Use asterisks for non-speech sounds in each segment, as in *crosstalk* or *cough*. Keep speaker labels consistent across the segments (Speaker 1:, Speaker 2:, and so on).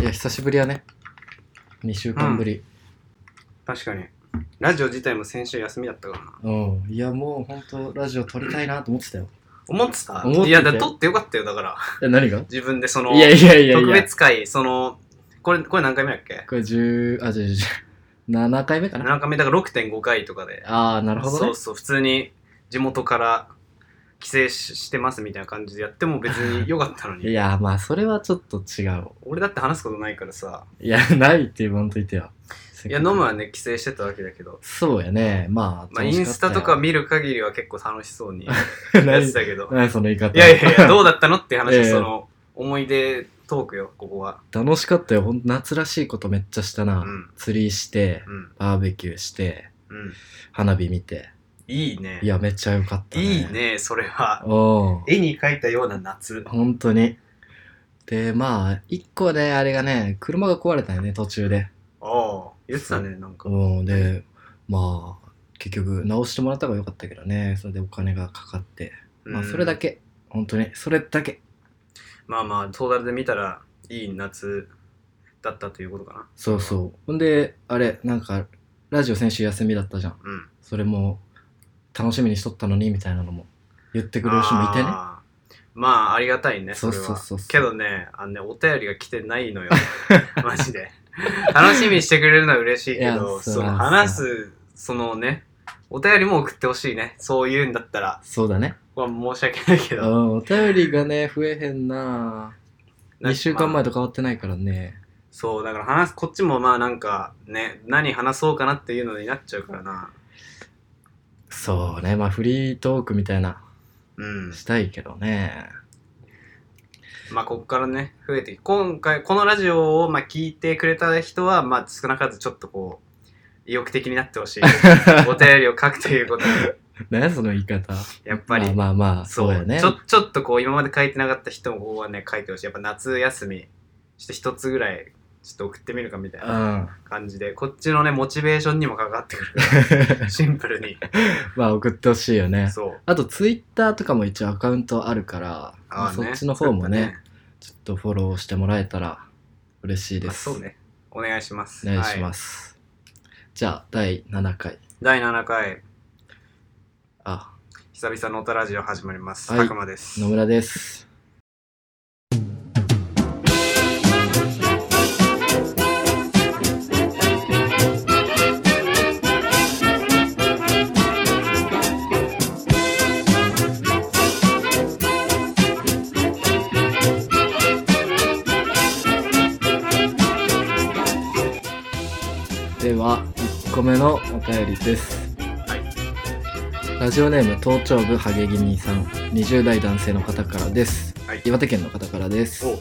Speaker 1: 久しぶりやね。2週間ぶり。
Speaker 2: 確かに。ラジオ自体も先週休みだったからな。
Speaker 1: うん。いや、もう本当ラジオ撮りたいなと思ってたよ。
Speaker 2: 思ってた
Speaker 1: 思ってた
Speaker 2: いや、だから撮ってよかったよ、だから。
Speaker 1: え、何が
Speaker 2: 自分でその、
Speaker 1: いやいやいやい
Speaker 2: 特
Speaker 1: や。
Speaker 2: 別会、その、これ、これ何回目だっけ
Speaker 1: これ10、あ、10、7回目かな。
Speaker 2: 何回目だから6.5回とかで。
Speaker 1: ああ、なるほど
Speaker 2: そ
Speaker 1: ね
Speaker 2: う。そう、普通に地元から帰省ししてますみたいな感じでやっても
Speaker 1: *laughs*
Speaker 2: 別によかったの
Speaker 1: い
Speaker 2: に。
Speaker 1: や、まあ、それはちょっと違う。
Speaker 2: 俺だって話すことないからさ。
Speaker 1: いや、ないって言わんといてよ。
Speaker 2: いや、飲むはね、帰省してたわけだけど。
Speaker 1: そうやね。まあ、
Speaker 2: ま
Speaker 1: 楽
Speaker 2: あ、イ
Speaker 1: し
Speaker 2: ン
Speaker 1: かっ
Speaker 2: ス
Speaker 1: た
Speaker 2: タ
Speaker 1: よ
Speaker 2: とか見る限りは結構楽しそう
Speaker 1: *laughs*
Speaker 2: にやって
Speaker 1: 何
Speaker 2: た
Speaker 1: *laughs*
Speaker 2: けど。
Speaker 1: 何その言い方。
Speaker 2: いやいやいや、どうだったのっていう話、
Speaker 1: *laughs* ええ
Speaker 2: その、思い出トークよ、ここは。
Speaker 1: *laughs* 楽しかったよ。ほんと夏らしいことめっちゃしたな。
Speaker 2: うん
Speaker 1: 釣りして、
Speaker 2: うん。
Speaker 1: バーベキューして、
Speaker 2: うん。
Speaker 1: 花火見て。
Speaker 2: いいね。
Speaker 1: いや、めっちゃ良かった、ね。
Speaker 2: いい。ね、それは。
Speaker 1: おう
Speaker 2: 絵に描いたような夏。
Speaker 1: 本当に。で、まあ、一個ね、あれがね、車が壊れたよね、途中で。
Speaker 2: ああ、言ってたね、なんか。
Speaker 1: うん、で、まあ、結局、直してもらった方が良かったけどね。それでお金がかかって。まあ、それだ
Speaker 2: け。
Speaker 1: け。本当に、それだけ。
Speaker 2: まあまあ、トータルで見たら、いい夏だったということかな。
Speaker 1: そうそう。ほんで、あれ、なんか、ラジオ先週休みだったじゃん。
Speaker 2: うん。
Speaker 1: それも、楽しみにしとったのに、みたいなのも、言ってくれる人もいてね。
Speaker 2: あーまあ、ありがたいね、それは。
Speaker 1: そうそうそうそう
Speaker 2: けどね、あのね、お便りが来てない *laughs* のよ。マジで。楽しみにしてくれるのは嬉しいけ
Speaker 1: い
Speaker 2: ど、
Speaker 1: やそう
Speaker 2: その話す、そのね、お便りも送ってほしいね。そういうんだったら、
Speaker 1: そうだね。
Speaker 2: まあ、申し訳ないけ
Speaker 1: う
Speaker 2: ど。
Speaker 1: ん、お便りがね、増えへんな
Speaker 2: な
Speaker 1: 2週間
Speaker 2: まあ
Speaker 1: 前と変わってないからね。
Speaker 2: そう、だから話す、こっちもまあなんか、ね、何話そうかなっていうのになっちゃうからな。
Speaker 1: そうね、まあフリートークみたいな、
Speaker 2: うん。
Speaker 1: したいけどね。 *laughs*
Speaker 2: まあ、ここからね、増えて、今回、このラジオを、まあ、聞いてくれた人は、まあ、少なからずちょっとこう、意欲的になって
Speaker 1: *laughs*
Speaker 2: ほしい。お便りを書くということで、
Speaker 1: ね、その言い方。
Speaker 2: やっぱり、
Speaker 1: まあまあまあ、
Speaker 2: そ
Speaker 1: そううやね。
Speaker 2: ち。ょ、ちょっとこう、今まで書いてなかった人も、ここはね、書いてほしい。やっぱ夏休み、ちょっと一つぐらい、ちょっと送ってみるかみたいうなん *laughs* 感じで、こっちのね、モチベーションにも関わってく
Speaker 1: *laughs*
Speaker 2: るから、シンプルに。
Speaker 1: まあ送ってほしいよね。
Speaker 2: そう。
Speaker 1: あとツイッターとかも一応アカウントあるから、まあ
Speaker 2: ー
Speaker 1: そっちの方も
Speaker 2: そうだ
Speaker 1: ね、ちょっとフォローしてもらえたら嬉しいで
Speaker 2: まあ
Speaker 1: す。
Speaker 2: そうね。お願いします。
Speaker 1: お願いし
Speaker 2: は
Speaker 1: ま
Speaker 2: い
Speaker 1: す。じゃあ、第7回。
Speaker 2: 第7回、
Speaker 1: あ、
Speaker 2: 久々のオタラジオ始まります。
Speaker 1: はい
Speaker 2: たくまです。
Speaker 1: 野村です。では、1個目のお便りです。
Speaker 2: はい
Speaker 1: ラジオネーム頭頂部ハゲギニーさん20代男性の方からです、
Speaker 2: はい
Speaker 1: 岩手県の方からです
Speaker 2: お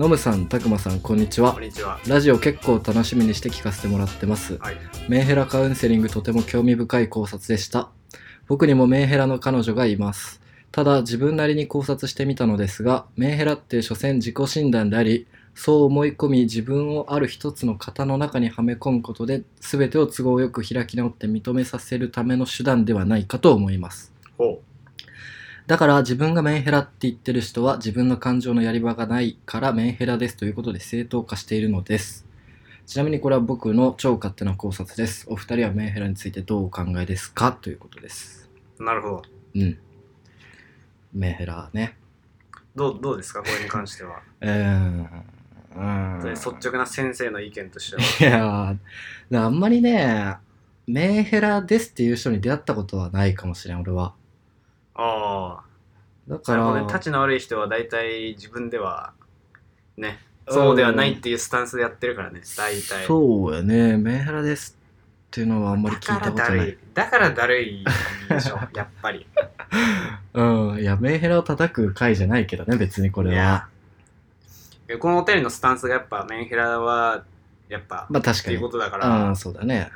Speaker 1: ノムさんたくまさんこんにちは
Speaker 2: こんにちは。
Speaker 1: ラジオ結構楽しみにして聞かせてもらってます
Speaker 2: はい。
Speaker 1: メンヘラカウンセリングとても興味深い考察でした僕にもメンヘラの彼女がいますただ自分なりに考察してみたのですがメンヘラって所詮自己診断でありそう思い込み自分をある一つの型の中にはめ込むことで全てを都合よく開き直って認めさせるための手段ではないかと思います
Speaker 2: ほ
Speaker 1: だから自分がメンヘラって言ってる人は自分の感情のやり場がないからメンヘラですということで正当化しているのです。ちなみにこれは僕の超勝手な考察です。お二人はメンヘラについてどうお考えですかということです。
Speaker 2: う。なるほど。
Speaker 1: うん。メンヘラね。
Speaker 2: どう、どうですかこれに関し
Speaker 1: *laughs*
Speaker 2: ては。
Speaker 1: うーん。うーん。
Speaker 2: 率直な先生の意見とし
Speaker 1: *laughs*
Speaker 2: ては。
Speaker 1: いやーあんまりね、メンヘラですっていう人に出会ったことはないかもしれん、俺は。
Speaker 2: あ
Speaker 1: だ
Speaker 2: あ。
Speaker 1: か
Speaker 2: なる
Speaker 1: ら
Speaker 2: ほ、どね。立ちの悪い人は大体自分では、ね、そうではないっていうスタンスでやってるからね。大体。
Speaker 1: そうやね、メンヘラですっていうのはあんまり
Speaker 2: だ
Speaker 1: 聞
Speaker 2: か
Speaker 1: いた
Speaker 2: ら
Speaker 1: こと
Speaker 2: だ
Speaker 1: な
Speaker 2: る
Speaker 1: い。
Speaker 2: い。だからだるいで
Speaker 1: *laughs*
Speaker 2: しょ。やっぱり。
Speaker 1: うん、いや、メンヘラを叩く回じゃないけどね、別にこれ
Speaker 2: い
Speaker 1: は
Speaker 2: や。このお便りのスタンスがやっぱメンヘラは、やっぱ、っ
Speaker 1: まあ確か
Speaker 2: てい
Speaker 1: に
Speaker 2: う。ことだから。
Speaker 1: うん、そうだね。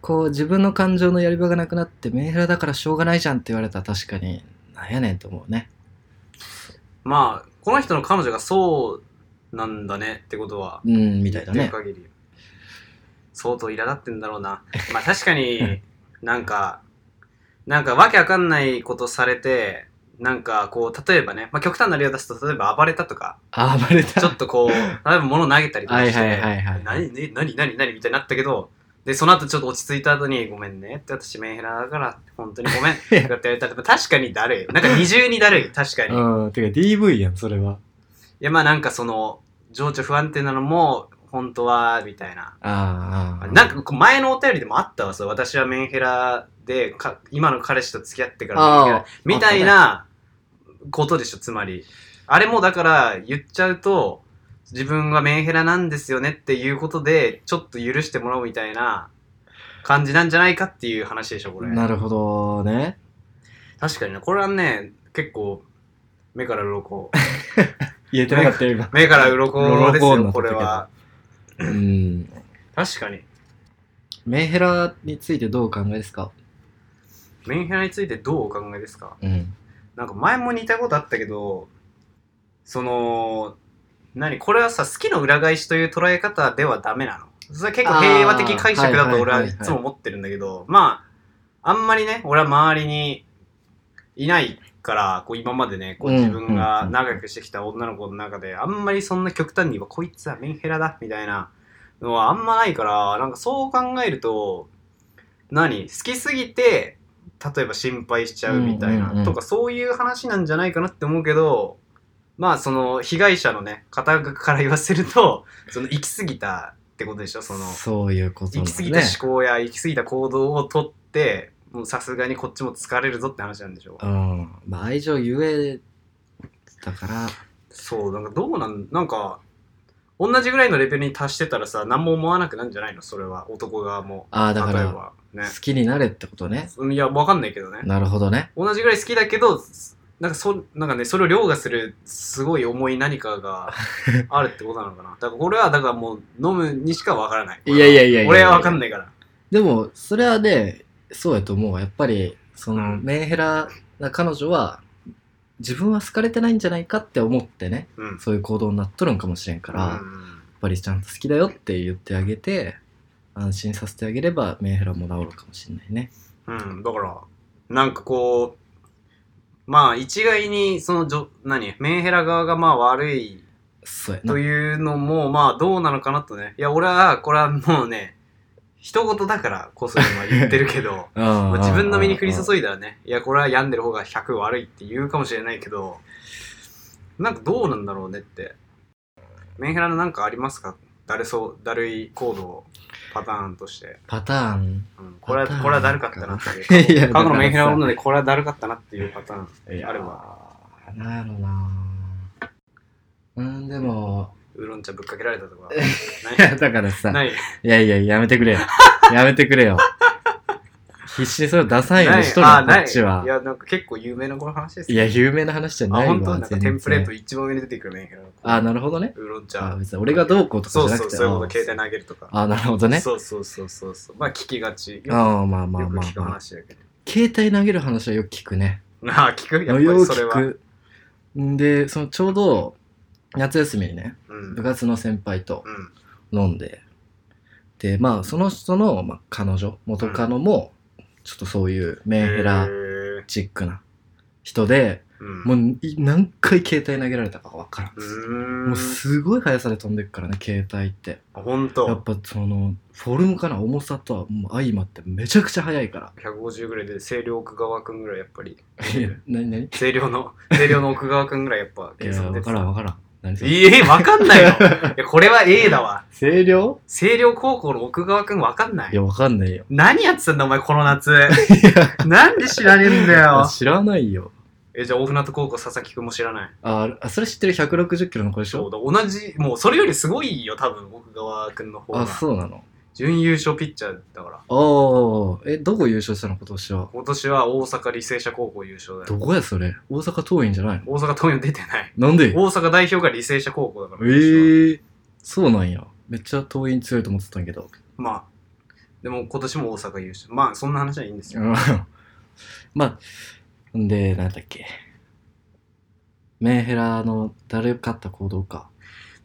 Speaker 1: こう、自分の感情のやり場がなくなって、メンヘラだからしょうがないじゃんって言われたら確かに、なんやねんと思うね。
Speaker 2: まあ、この人の彼女がそうなんだねってことは、
Speaker 1: うん、みたいだ
Speaker 2: 言っ
Speaker 1: ね
Speaker 2: て。る限り相当苛立ってんだろ
Speaker 1: *laughs*
Speaker 2: うな。まあ確かに、なんか、なんかわけわかんないことされて、なんかこう、例えばね、まあ、極端な例を出すと、例えば暴れたと
Speaker 1: *laughs*
Speaker 2: か、
Speaker 1: あ *laughs* ー、暴れた。
Speaker 2: ちょっとこう、例えば物投げたりとかして、
Speaker 1: はいはいはいはい
Speaker 2: 何、何、何、何、何みたいになったけど、で、その後ちょっと落ち着いた後に、ごめんねって、私メンヘラだから、本当にごめんってやってやれたら、確かにだるい。なんか二重にだるい、確かに。い
Speaker 1: うん、てか DV やん、それは。
Speaker 2: や、まあなんかその、情緒不安定なのも、本当は、みたいな。
Speaker 1: あーあー。
Speaker 2: なんかこう前のお便りでもあったわ、そう私はメンヘラでか、今の彼氏と付き合ってからメンヘ
Speaker 1: あ
Speaker 2: ラ
Speaker 1: ー
Speaker 2: みたいなことでしょ、つまり。あれもだから言っちゃうと、自分はメンヘラなんですよねっていうことで、ちょっと許してもらおうみたいな感じなんじゃないかっていう話でしょ、これ。
Speaker 1: なるほどね。
Speaker 2: 確かにね、これはね、結構、目から鱗
Speaker 1: 言えてなかったよ、今。
Speaker 2: 目から鱗で
Speaker 1: *laughs*
Speaker 2: す
Speaker 1: 鱗にな
Speaker 2: よ、
Speaker 1: って
Speaker 2: こ
Speaker 1: たけ
Speaker 2: れ
Speaker 1: ど
Speaker 2: は。
Speaker 1: *laughs* うん。
Speaker 2: 確かに。
Speaker 1: メンヘラについてどうお考えですか
Speaker 2: メンヘラについてどうお考えですか
Speaker 1: うん。
Speaker 2: なんか前も似たことあったけど、その、何これはさ、好きの裏返しという捉え方ではダメなのそれは結構平和的解釈だと俺はいつも思ってるんだけど、まあ、あんまりね、俺は周りにいないから、こう今までね、こう
Speaker 1: うん
Speaker 2: 自分
Speaker 1: うん
Speaker 2: が
Speaker 1: うん
Speaker 2: 長くしてきた女の子の中で、あんまりそんな極端に、こいつはメンヘラだ、みたいなのはあんまないから、なんかそう考えると、何好きすぎて、例えば心配しちゃうみたいな、
Speaker 1: うんうんうん
Speaker 2: とかそういう話なんじゃないかなって思うけどまあその被害者のね方から言わせると *laughs* その行き過ぎたってことでしょその
Speaker 1: そういうこと
Speaker 2: 行
Speaker 1: なん
Speaker 2: き
Speaker 1: だ
Speaker 2: 過ぎ
Speaker 1: ね
Speaker 2: た。思考や行き過ぎた行動をとってもうさすがにこっちも疲れるぞって話なんでしょ
Speaker 1: うん。まあ、愛情ゆえだから、
Speaker 2: そうなんかどうなんなんか同じぐらいのレベルに達してたらさ何も思わなくなんじゃないのそれは男側も
Speaker 1: ああ、
Speaker 2: 例え
Speaker 1: だから、
Speaker 2: ばね
Speaker 1: 好きになれってことね。
Speaker 2: いやわかんないけどね
Speaker 1: なるほどね。
Speaker 2: 同じぐらい好きだけどなんかそなんかねそれを凌駕するすごい重い何
Speaker 1: *laughs*
Speaker 2: かがあるってことなのかなだから俺はだからもう飲むにしかわからない
Speaker 1: いやいやいやいや
Speaker 2: 俺はわかんないから
Speaker 1: でも、それはね、そうやと思うわ。やっぱり、その、
Speaker 2: うん
Speaker 1: メンヘラな彼女は、自分は好かれてないんじゃないかって思ってね、
Speaker 2: うん
Speaker 1: そういう行動になっとるんかもしれんから、やっぱりちゃんと好きだよって言ってあげて、安心させてあげれば、メンヘラも治るかもしれないね。
Speaker 2: うん、うん、だからなんかこうまあ一概にそのじょ何メンヘラ側がまあ悪い
Speaker 1: そうやな
Speaker 2: と。いうのもまあどうなのかなとねいや俺はこれはもうね一言だからこそ今言ってるけど
Speaker 1: うん
Speaker 2: まあ自分の身に降り
Speaker 1: うん
Speaker 2: 注いだらね、いや、これは病んでる方が100悪いって言うかもしれないけど、なんかどうなんだろうねって。メンヘラのなんかありますかだるそう、だるい行動、パターンとして。
Speaker 1: パターン。
Speaker 2: うん、これは、
Speaker 1: パターン
Speaker 2: これはだるかったなって
Speaker 1: い
Speaker 2: い
Speaker 1: や
Speaker 2: う。過去のメンヘラ
Speaker 1: だからさ
Speaker 2: 女でこれはだるかったなっていうパターン。や
Speaker 1: あれば。なんやろなうん、でも、 *laughs*
Speaker 2: ウーロン茶ぶっかけられたとか。
Speaker 1: いや、だからさ、
Speaker 2: ない。
Speaker 1: いやいや、やめてくれ
Speaker 2: *laughs*
Speaker 1: よ。やめてくれよ。必死にそれを出さんよう
Speaker 2: な
Speaker 1: に
Speaker 2: い
Speaker 1: しとるよ、
Speaker 2: あ
Speaker 1: こ
Speaker 2: ない。
Speaker 1: っちはい
Speaker 2: や、なんか結構有名なこの話です
Speaker 1: い
Speaker 2: よ。
Speaker 1: や、有名な話じゃ
Speaker 2: あ、
Speaker 1: ない
Speaker 2: 本当な
Speaker 1: わ、
Speaker 2: んかテンプレート
Speaker 1: 然。
Speaker 2: 一番上に出てくるメンヘラの。
Speaker 1: あ、なるほどね。
Speaker 2: ウーロン
Speaker 1: あ
Speaker 2: 茶。
Speaker 1: 別に俺がどうこうとかじ
Speaker 2: そう
Speaker 1: ゃな
Speaker 2: そ
Speaker 1: く
Speaker 2: う、
Speaker 1: て。
Speaker 2: そういうこ
Speaker 1: あ
Speaker 2: と、携帯投げるとか。
Speaker 1: あ、なるほどね。
Speaker 2: そうそうそうそうそう。まあ聞きがち。
Speaker 1: ああ、まあまあ
Speaker 2: よく
Speaker 1: まあ
Speaker 2: 聞く
Speaker 1: まあ。
Speaker 2: 話だけど。 *laughs*
Speaker 1: 携帯投げる話はよく聞くね。
Speaker 2: ああ、聞くやっぱ
Speaker 1: よ
Speaker 2: り
Speaker 1: う
Speaker 2: それ
Speaker 1: 聞
Speaker 2: は。
Speaker 1: く。んで、そのちょうど、夏休みにね、
Speaker 2: うん。う
Speaker 1: 部
Speaker 2: ん。
Speaker 1: 活の先輩と飲んで、で、まあ、その人の、まあ、彼女、元カノも、ちょっとそういうメンヘラ
Speaker 2: へー
Speaker 1: チックな人で、
Speaker 2: うん。
Speaker 1: もうい何回携帯投げられたかわからん。
Speaker 2: う
Speaker 1: も
Speaker 2: ー。
Speaker 1: うんすごい速さで飛んでくからね、携帯って。
Speaker 2: あほん
Speaker 1: や
Speaker 2: と
Speaker 1: っ。ぱその、フォルムかな、重さとはもう相まってめちゃくちゃ速いから。
Speaker 2: 150ぐらいで、清涼奥川くんぐらいやっぱり。
Speaker 1: い *laughs* や、なになに
Speaker 2: 清涼の、 *laughs* 清涼の奥川くんぐらいやっぱ
Speaker 1: い
Speaker 2: 計
Speaker 1: や、
Speaker 2: 算
Speaker 1: わ
Speaker 2: で
Speaker 1: か
Speaker 2: す。
Speaker 1: らんわからん。何それ
Speaker 2: いいえ、わかんない
Speaker 1: *laughs*
Speaker 2: の。いや、これは A だわ。
Speaker 1: 声量
Speaker 2: 清涼高校の奥川くんわかんないい。
Speaker 1: や、わかんないよ。
Speaker 2: 何やってたんだお前この夏。なんで知らねえんだよ。
Speaker 1: 知らないよ。
Speaker 2: え、じゃあ大船渡高校佐々木くんも知らない。
Speaker 1: あ、あそれ知ってる160キロの子でし
Speaker 2: そう
Speaker 1: ょ
Speaker 2: だ、同じ、もうそれよりすごいよ、多分、奥川君の方
Speaker 1: あ、
Speaker 2: が。
Speaker 1: そうなの。
Speaker 2: 準優勝ピッチャーだから。
Speaker 1: ああ、え、どこ優勝したの今年は。
Speaker 2: 今年は大阪履正社高校優勝だ
Speaker 1: ど
Speaker 2: よ。
Speaker 1: こやそれ大阪桐蔭じゃないの
Speaker 2: 大阪東洋出てない。
Speaker 1: なんでえ
Speaker 2: 大阪代表が履正社高校だか
Speaker 1: え
Speaker 2: ら。今年は
Speaker 1: ー、そうなんや。めっちゃ桐蔭強いと思ってたんやけど。
Speaker 2: まあ、でも今年も大阪優勝。まあ、そんな話はいいんですよ。
Speaker 1: うんまあ、んで、なんだっけ。メンヘラのだるかった行動か。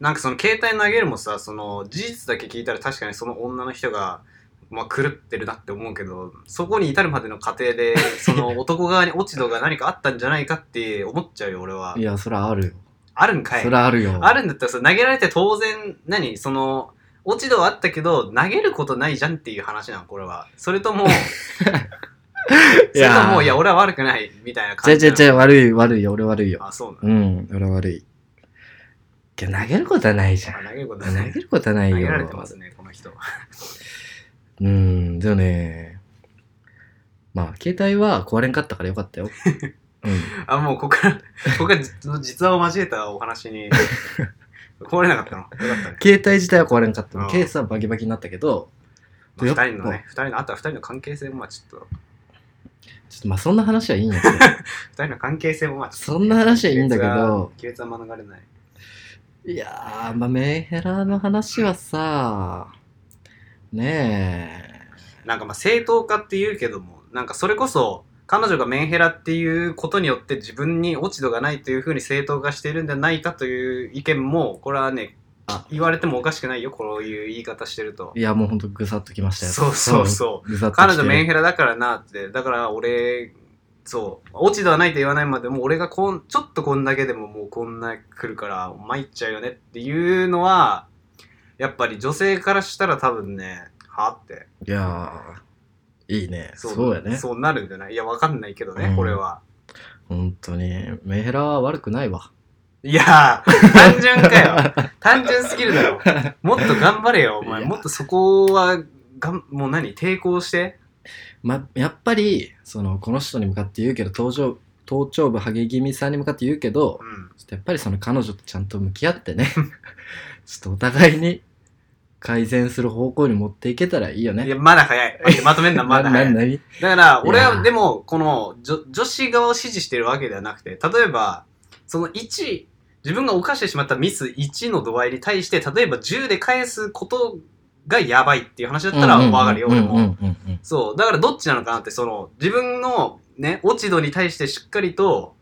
Speaker 2: なんかその携帯投げるもさ、その事実だけ聞いたら確かにその女の人が、まあ、狂ってるなって思うけど、そこに至るまでの過程で、その男側に落ち度が何かあったんじゃないかって思っちゃうよ、俺は。
Speaker 1: いや、そらあるよ。
Speaker 2: あるんかい
Speaker 1: そ。らあるよ。
Speaker 2: あるんだったらさ、投げられて当然、何その、落ち度はあったけど、投げることないじゃんっていう話なの、これは。それ
Speaker 1: *laughs*
Speaker 2: とも、それとも、いや、俺は悪くない、みたいな
Speaker 1: 違
Speaker 2: 感
Speaker 1: う
Speaker 2: じ
Speaker 1: 違
Speaker 2: な
Speaker 1: う
Speaker 2: の。
Speaker 1: 違う、悪い、悪いよ、俺悪いよ。
Speaker 2: あ、そうな
Speaker 1: うん、俺悪い。いや、投げることはないじゃん。
Speaker 2: の。投げること
Speaker 1: 投
Speaker 2: な
Speaker 1: げ
Speaker 2: い。
Speaker 1: ることはない
Speaker 2: 投
Speaker 1: よ。
Speaker 2: げられてますね、この人。
Speaker 1: うん、でもね、まあ、携帯は壊れんかったからよか
Speaker 2: *laughs*
Speaker 1: ったよ。うん。
Speaker 2: あ、もうここから、こ *laughs* こから実実話を交えたお話に、壊れなかったの。よかったね。
Speaker 1: 携帯自体は壊れんかった
Speaker 2: う
Speaker 1: の。
Speaker 2: ん
Speaker 1: ケースはバキバキになったけど、
Speaker 2: まあ
Speaker 1: やっぱ
Speaker 2: 二人のね、二人の、あとは二人の関係性も、まあちょっと、
Speaker 1: ちょっとまあ、そんな話はいいんや
Speaker 2: *laughs*
Speaker 1: けど。
Speaker 2: 二人の関係性も、まあちょっと
Speaker 1: そんな話はいいんだけど、
Speaker 2: 亀裂は亀裂は免れない。
Speaker 1: いやー、まあ、メンヘラの話はさ、ね
Speaker 2: なんかまあ正当化って言うけども、なんかそれこそ、彼女がメンヘラっていうことによって自分に落ち度がないというふうに正当化しているんじゃないかという意見も、これはね
Speaker 1: あ、
Speaker 2: 言われてもおかしくないよ、こういう言い方してると
Speaker 1: え。。いや、もうほんとぐさっときましたよ。
Speaker 2: そうそうそう。
Speaker 1: うん。ぐさっときて
Speaker 2: 彼女メンヘラだからなってだから俺そう落ち度はないと言わないまでも俺がこんちょっとこんだけでももうこんな来るから参っちゃうよねっていうのはやっぱり女性からしたら多分ねはって
Speaker 1: いやー、いいね。そうやね。
Speaker 2: そうなるんじゃないいやわかんないけどね、
Speaker 1: うん
Speaker 2: これは
Speaker 1: 本当に。メンヘラは悪くないわ。
Speaker 2: いやー単純
Speaker 1: *laughs*
Speaker 2: かよ単純すぎるだろもっと頑張れよお
Speaker 1: い
Speaker 2: 前
Speaker 1: や
Speaker 2: もっとそこはがんもう何抵抗して
Speaker 1: ま、やっぱり、その、この人に向かって言うけど、頭頂頭頂部ハゲ気味さんに向かって言うけど
Speaker 2: う、ん
Speaker 1: ちょっとやっぱりその彼女とちゃんと向き合ってね、 *laughs* ちょっとお互いに改善する方向に持っていけたらいいよね。
Speaker 2: いやまだ
Speaker 1: *laughs*
Speaker 2: 早い待ってまとめんなまだ
Speaker 1: な
Speaker 2: 早い
Speaker 1: なに
Speaker 2: だから、俺
Speaker 1: いや
Speaker 2: は
Speaker 1: ー
Speaker 2: でも、この女女子側を支持してるわけではなくて、例えば、その1、自分が犯してしまったミス1の度合いに対して、例えば10で返すことがやばいっていう話だったら分かるよ、俺
Speaker 1: うんう
Speaker 2: も。
Speaker 1: んうんうん
Speaker 2: そう。だからどっちなのかなって、その、自分のね、落ち度に対してしっかりと、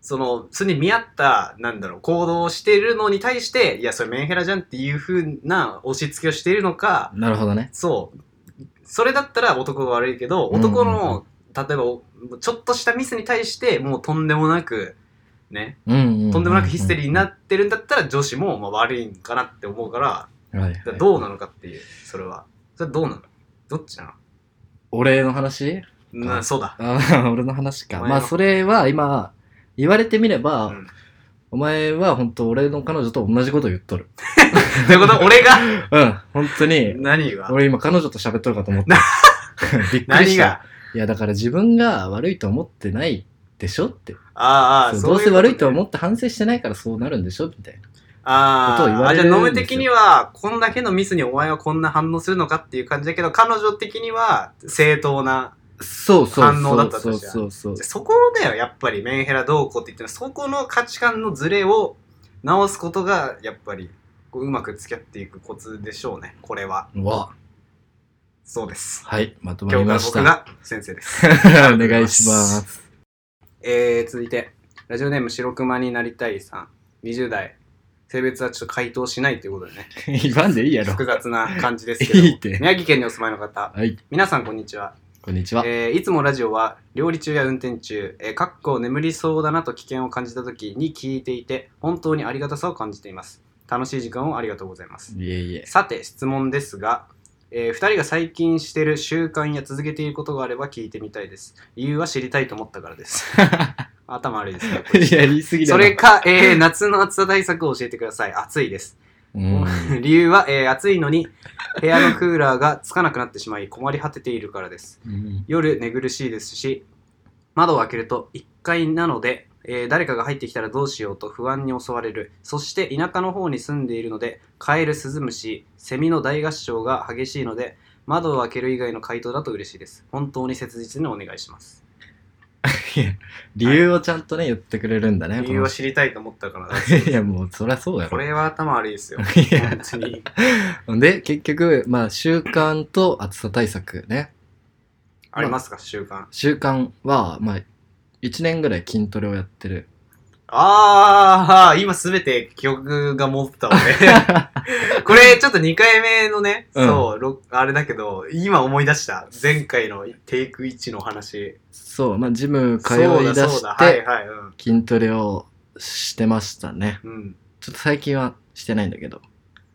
Speaker 2: その、それに見合った、なんだろう、行動をしているのに対して、いや、それメンヘラじゃんっていう風な押し付けをしているのか、
Speaker 1: なるほどね。
Speaker 2: そう。それだったら男が悪いけど、
Speaker 1: うんうんうん
Speaker 2: 男の、例えばお、ちょっとしたミスに対して、もうとんでもなく、ね、
Speaker 1: うんうんう
Speaker 2: とんでもなくヒステリーにな
Speaker 1: っ
Speaker 2: ってるんだったら、女子もまあ悪いんかなって思うから、
Speaker 1: て、はいはい
Speaker 2: だからどうなのかっていう、それは。それどうなのどっちな
Speaker 1: 俺の話
Speaker 2: のなそうだ。
Speaker 1: あー *laughs* 俺の話か。
Speaker 2: お前
Speaker 1: ま
Speaker 2: の
Speaker 1: あそれは今、言われてみれば、
Speaker 2: うん
Speaker 1: お前は本当俺の彼女と同じこと言っとる。
Speaker 2: ということ俺が、
Speaker 1: うん、本当に。
Speaker 2: 何が
Speaker 1: 俺今彼女と喋っとるかと思
Speaker 2: *laughs*
Speaker 1: った。びっくり
Speaker 2: 何
Speaker 1: した。
Speaker 2: が
Speaker 1: いやだから自分が悪いと思ってないでしょって。
Speaker 2: ああああ、
Speaker 1: そうどうせ悪いと
Speaker 2: う
Speaker 1: 思って反省してないからそうなるんでしょみたいな。ことを言
Speaker 2: ああ
Speaker 1: わ
Speaker 2: あ、
Speaker 1: れ
Speaker 2: じ
Speaker 1: る
Speaker 2: ゃ
Speaker 1: ん
Speaker 2: あ、
Speaker 1: ですよ
Speaker 2: ノム的には、こんだけのミスにお前はこんな反応するのかっていう感じだけど、彼女的には、正当な
Speaker 1: そうそうそう。
Speaker 2: 反応だった
Speaker 1: そ
Speaker 2: と
Speaker 1: う
Speaker 2: したら
Speaker 1: そうそう。
Speaker 2: そこだよ、やっぱりメンヘラどうこうって言ってるそこの価値観のズレを直すことが、やっぱりこううまく付き合っていくコツでしょうね、これは。
Speaker 1: うわ
Speaker 2: そうです。
Speaker 1: はい、まとま
Speaker 2: 今
Speaker 1: り
Speaker 2: 日か
Speaker 1: ま
Speaker 2: ら
Speaker 1: し
Speaker 2: 僕
Speaker 1: た。
Speaker 2: が先生です。
Speaker 1: お願いします。
Speaker 2: えー、続いて、ラジオネーム白熊になりたいさん、20代。性別はちょっと回答しないということでね、
Speaker 1: 言わんでいいやろ。
Speaker 2: 複雑な感じですけども
Speaker 1: *laughs* いいって
Speaker 2: 宮城県にお住まいの方、
Speaker 1: はい、
Speaker 2: 皆さんこんにちは。
Speaker 1: こんにちは。
Speaker 2: えーいつもラジオは料理中や運転中、えー、かっこ眠りそうだなと危険を感じた時に聞いていて本当にありがたさを感じています楽しい時間をありがとうございます
Speaker 1: いえいえ。
Speaker 2: さて質問ですが、え2人が最近してる習慣や続けていることがあれば聞いてみたいです理由は知りたいと思ったからです
Speaker 1: *laughs*
Speaker 2: 頭悪いですね
Speaker 1: いや、言い過ぎだ
Speaker 2: そ
Speaker 1: ろ
Speaker 2: れ、か、えー夏の暑さ対策を教えてください暑いです
Speaker 1: うん、
Speaker 2: 理由は、えー暑いのに部屋のクーラーがつかなくなってしまい困り果てているからです
Speaker 1: うん
Speaker 2: 夜寝苦しいですし窓を開けると1階なので、えー誰かが入ってきたらどうしようと不安に襲われるそして田舎の方に住んでいるのでカエルスズムシセミの大合唱が激しいので窓を開ける以外の回答だと嬉しいです本当に切実にお願いします
Speaker 1: いや理由をちゃんとね、言ってくれるんだね。
Speaker 2: 理由は知りたいと思ったから
Speaker 1: こ *laughs* の人いや、もう、そりゃそうや
Speaker 2: こ
Speaker 1: ろ。い
Speaker 2: れは頭悪いですよ
Speaker 1: や
Speaker 2: 本当に
Speaker 1: で、結局、まあ、習慣と暑さ対策ね。
Speaker 2: ありますか習慣
Speaker 1: 習慣は、まあ、1年ぐらい筋トレをやってる。
Speaker 2: あー、今すべて記憶が戻った
Speaker 1: *laughs*
Speaker 2: わね。これちょっと2回目のね、
Speaker 1: うん
Speaker 2: そう、ろあれだけど、今思い出した。前回のテイク1の話。
Speaker 1: そう、まあ、ジム通い
Speaker 2: そう
Speaker 1: 出
Speaker 2: だ、そうだ。
Speaker 1: し
Speaker 2: はい
Speaker 1: て
Speaker 2: はい。うん
Speaker 1: 筋トレをしてましたね。
Speaker 2: うん。
Speaker 1: ちょっと最近はしてないんだけど。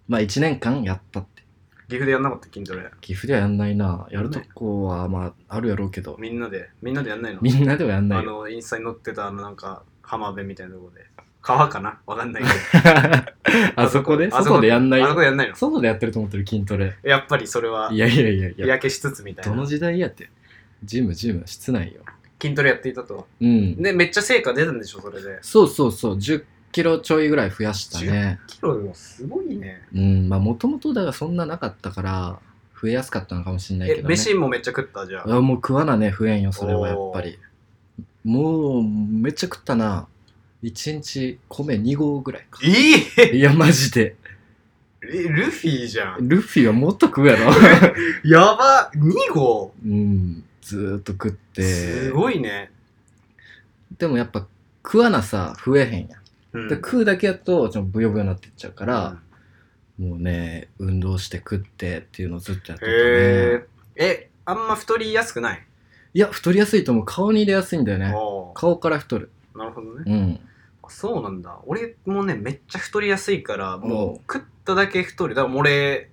Speaker 1: まあ1年間やったって。
Speaker 2: 岐阜でやんなかった筋トレ。
Speaker 1: 岐阜ではやんないな。やるとこはまああるやろうけど、
Speaker 2: みんなで、みんなでやんないの
Speaker 1: みんなではやんな
Speaker 2: あ
Speaker 1: いよ。
Speaker 2: の、インスタに載ってたあのなんか、浜辺みたいなとこで。川かなわかんないけど。
Speaker 1: *laughs* あそこで
Speaker 2: あそこ
Speaker 1: 外でやんない
Speaker 2: あそ
Speaker 1: よ。
Speaker 2: こでやんないの
Speaker 1: 外でやってると思ってる筋トレ。、
Speaker 2: やっぱりそれはい
Speaker 1: やいやいやい
Speaker 2: 日
Speaker 1: や。
Speaker 2: 焼けしつつみたい
Speaker 1: どの
Speaker 2: な。
Speaker 1: 時代やって。ジム、ジム、室内よ。
Speaker 2: 筋トレやっていたと。
Speaker 1: うん。
Speaker 2: で、めっちゃ成果出たんでしょ、それで。
Speaker 1: そうそうそう。10キロちょいぐらい増やしたね。
Speaker 2: キロもすごいね。
Speaker 1: うん。まあもともとだがそんななかったから、増えやすかったのかもしれないけど
Speaker 2: え、
Speaker 1: ね。
Speaker 2: 飯もめっちゃ食ったじゃん。
Speaker 1: あもう食わなね増えんよそれはやっぱりもうめっちゃ食ったな1日米2合ぐらいか
Speaker 2: いい
Speaker 1: いやマジで
Speaker 2: えルフィじゃん。
Speaker 1: ルフィはもっと食うや
Speaker 2: *laughs*
Speaker 1: ろ
Speaker 2: やば !2 号
Speaker 1: うんずーっと食って
Speaker 2: すごいね。
Speaker 1: でもやっぱ食わなさ増えへんやん、
Speaker 2: うん
Speaker 1: で食うだけやとちょっとブヨブヨになってっちゃうから、もうね運動して食ってっていうのをずっとやってたね
Speaker 2: へえ。え、あんま太りやすくない
Speaker 1: いや太りやすいと思う顔に出やすいんだよね
Speaker 2: おー
Speaker 1: 顔から太る
Speaker 2: なるほどね。
Speaker 1: うん
Speaker 2: あそうなんだ俺もねめっちゃ太りやすいから
Speaker 1: おう
Speaker 2: もう食っただけ太るだから俺